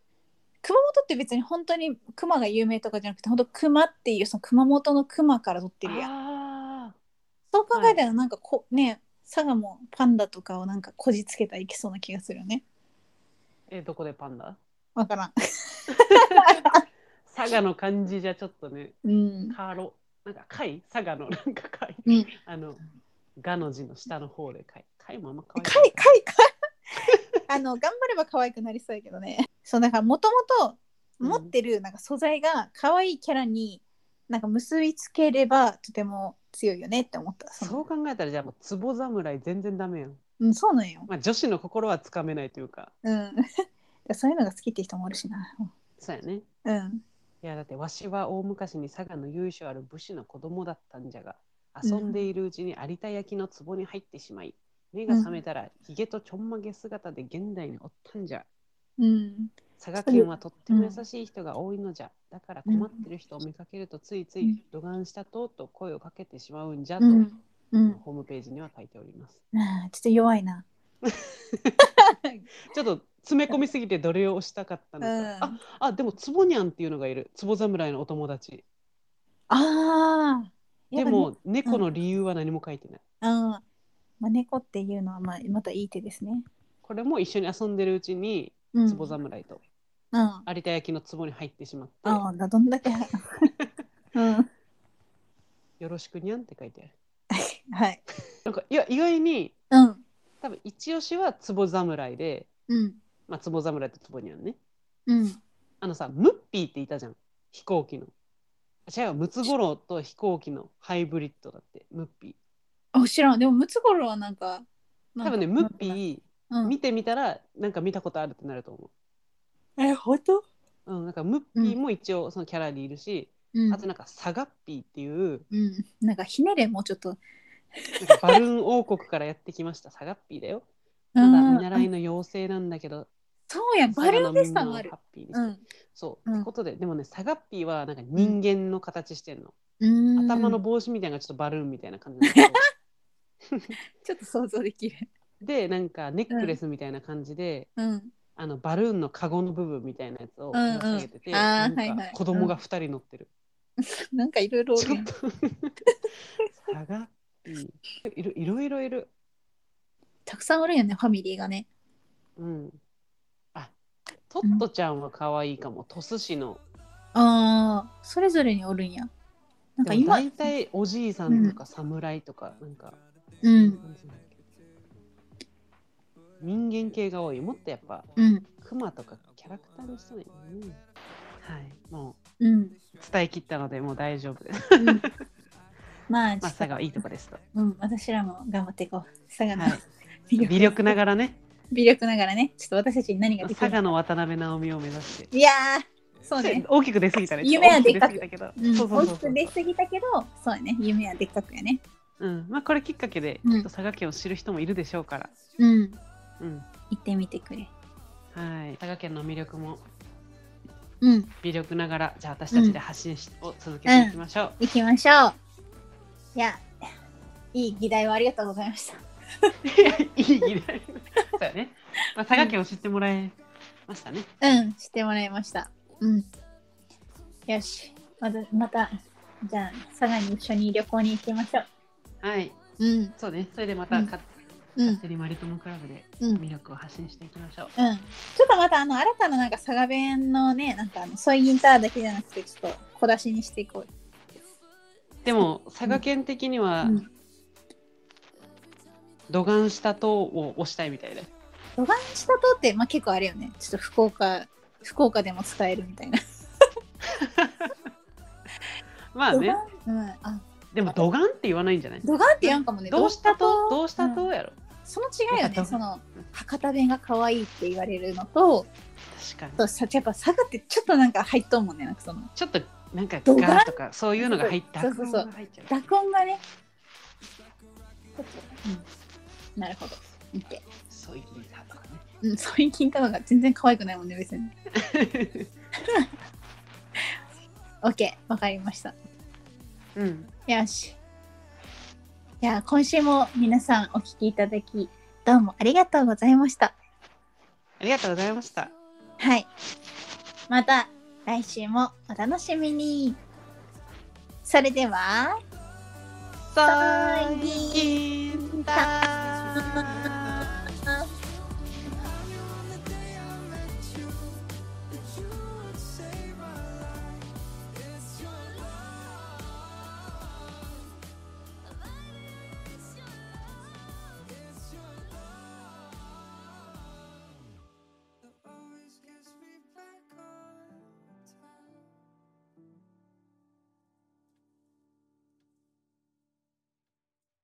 S1: 熊本って別に本当に熊が有名とかじゃなくて本当熊っていうその熊本の熊から取ってるやん
S2: あ
S1: そう考えたらなんかこ、ね佐賀もパンダとかをなんかこじつけたらいけそうな気がするよね
S2: ーえ、どこでパンダ
S1: わからん
S2: 佐賀の感じじゃちょっとね、
S1: うん
S2: カーロ、なんか貝佐賀のなんか貝、
S1: うん
S2: あの、ガの字の下の方で貝。貝もあんま可愛く
S1: か
S2: ない
S1: いかいかい (laughs) あの頑張れば可愛くなりそうやけどねそうだからもともと持ってるなんか素材が可愛いキャラになんか結びつければとても強いよねって思ったその
S2: そう考えたらじゃあもうツボ侍全然ダメやん。
S1: うん、そうなんよ、
S2: まあ女子の心はつかめないというか。
S1: うん、 (laughs) そういうのが好きって人もおるしな
S2: そうやね。
S1: うん
S2: いやだってわしは大昔に佐賀の由緒ある武士の子供だったんじゃが遊んでいるうちに有田焼の壺に入ってしまい、目が覚めたらひげとちょんまげ姿で現代におったんじゃ
S1: うん
S2: 佐賀県はとっても優しい人が多いのじゃ、だから困ってる人を見かけるとついつい「どがんしたと」と声をかけてしまうんじゃと、
S1: うんうん
S2: ホームページには書いております
S1: あーちょっと弱いな
S2: ちょっと詰め込みすぎてどれを押したかった
S1: う
S2: の
S1: ん、
S2: か、あ
S1: あ
S2: あでも壺にゃんっていうのがいる壺侍のお友達
S1: あー
S2: でも、猫の理由は何も書いてない
S1: やっぱねうんまあ、猫っていうのは、まあ、またいい手ですね、
S2: これも一緒に遊んでるうちに、
S1: うん、
S2: 壺侍と
S1: うんあ
S2: 有田焼の壺に入ってしまって、
S1: あーどんだけうん
S2: よろしくにゃんって書いてある。
S1: はい
S2: なんかいや意外に
S1: うん
S2: 多分一押しは壺侍で、
S1: うん
S2: まあ、壺侍と壺にゃんね。
S1: うん
S2: あのさムッピーっていたじゃん飛行機の。違うムツゴロウと飛行機のハイブリッドだってムッピ
S1: あ知らんでもムツゴロウはなんか
S2: ー。
S1: なんか
S2: 多分ねムッピ
S1: う
S2: ー
S1: ん、
S2: 見てみたらなんか見たことあるってなると思
S1: え本当、
S2: う。うん、なんかムッピーも一応そのキャラにいるし、
S1: うん、
S2: あとなんかサガッピーっていう
S1: うん、なんかひねれもうちょっと
S2: なんかバルーン王国からやってきましたサガッピーだよ。
S1: う
S2: た
S1: ん
S2: だ見習いの妖精なんだけど、
S1: そうやバルーンフェスタ
S2: も
S1: もある
S2: ハッピーにして、
S1: うん
S2: そう、
S1: うん
S2: ってことで、でもね、サガッピーはなんか人間の形してんの。
S1: うん
S2: 頭の帽子みたいなのがちょっとバルーンみたいな感じなんだけど
S1: ちょっと想像できる。
S2: で、なんかネックレスみたいな感じで、
S1: うん。 (laughs)
S2: あのバルーンのカゴの部分みたいなやつを
S1: うんうん
S2: ぶら下げてて、
S1: あー
S2: なんか
S1: はいはい
S2: 子供が2人乗ってる。
S1: なんかいろいろ。(laughs)
S2: ちょっとサガッピーいろいろいろいる。
S1: たくさんおるよね、ファミリーがね。
S2: うん。あトットちゃんは可愛いかも。鳥栖市の。
S1: ああ、それぞれにおるんや。なんか
S2: でも
S1: 今、
S2: 大体おじいさんとか侍とか、なんか
S1: うん、
S2: 人間系が多いもっとやっぱ
S1: うん、
S2: クマとかキャラクターにしたらいいねはいも
S1: うん。
S2: う伝え切ったのでもう大丈夫です
S1: (laughs) うんまあ、ちょ
S2: まあ
S1: っと
S2: 佐賀はいいとこですと、
S1: うん、私らも頑張っていこう。佐賀の
S2: はい、
S1: (laughs) 魅力
S2: 魅力ながらね
S1: 微力ながらね、ちょっと私たちに何ができ
S2: 佐
S1: る
S2: 賀
S1: か。
S2: の渡辺直美を目指して
S1: いやー、そうね。
S2: 大きく出すぎたね
S1: 夢はでっかく
S2: 大き出過ぎたけど、
S1: うん、
S2: そうそ
S1: 大
S2: う
S1: き
S2: そうそ
S1: く
S2: う
S1: 出すぎたけど、そうやね、夢はでっかくやね。
S2: うんまあこれきっかけで
S1: うん
S2: きっと佐賀県を知る人もいるでしょうから、
S1: うん、
S2: うん
S1: 行ってみてくれ。
S2: はい、佐賀県の魅力も
S1: うん、
S2: 魅力ながらじゃあ私たちで発信し、を続けていきましょう、
S1: 行きましょう。いや、いい議題をありがとうございました。
S2: (laughs) いい議題。そうだね。まあ、佐賀県を知ってもらえましたね。
S1: うん、してもらいました。うん。よし、また、また、じゃあ、佐賀に一緒に旅行に行きましょう。
S2: はい。
S1: うん
S2: そうねそれでまた
S1: うん
S2: か
S1: うん
S2: セリマリトモクラブで
S1: うん
S2: 魅力を発信していきましょう。
S1: うん、ちょっとまたあの新たななんか佐賀弁のねなんかあのソイインターだけじゃなくてちょっと小出しにしていこう。
S2: でも佐賀県的には
S1: うん
S2: 土眼した塔を押したいみたいで、
S1: 土管したとって、まあ、結構あれよねちょっと福岡福岡でも使えるみたいな。
S2: まあね
S1: 土管うん、あ
S2: でも土眼って言わないんじゃない
S1: 土管ってやんかもね。
S2: どうしたとどうした
S1: ん
S2: とやろ、
S1: その違いよ
S2: どう
S1: ね
S2: したと
S1: その博多弁が可愛いって言われるのと
S2: 確かに
S1: あとさやっぱ佐賀ってちょっとなんか入っとんもんねなんかその
S2: ちょっとなんか
S1: 土眼
S2: ガーとかそういうのが入った
S1: そうそうそう
S2: 濁音が入っちゃう
S1: 濁音がね。ちょっとうんなるほど。見て。
S2: そういうギターとかね
S1: うん、そういう金貨の方が全然可愛くないもんね、別に。OK、わかりました。
S2: (laughs) うん
S1: よし。じゃあ、今週も皆さんお聞きいただき、どうもありがとうございました。
S2: ありがとうございました
S1: はい。また来週もお楽しみに。それでは。
S2: さ
S1: ーい
S2: ーいんだー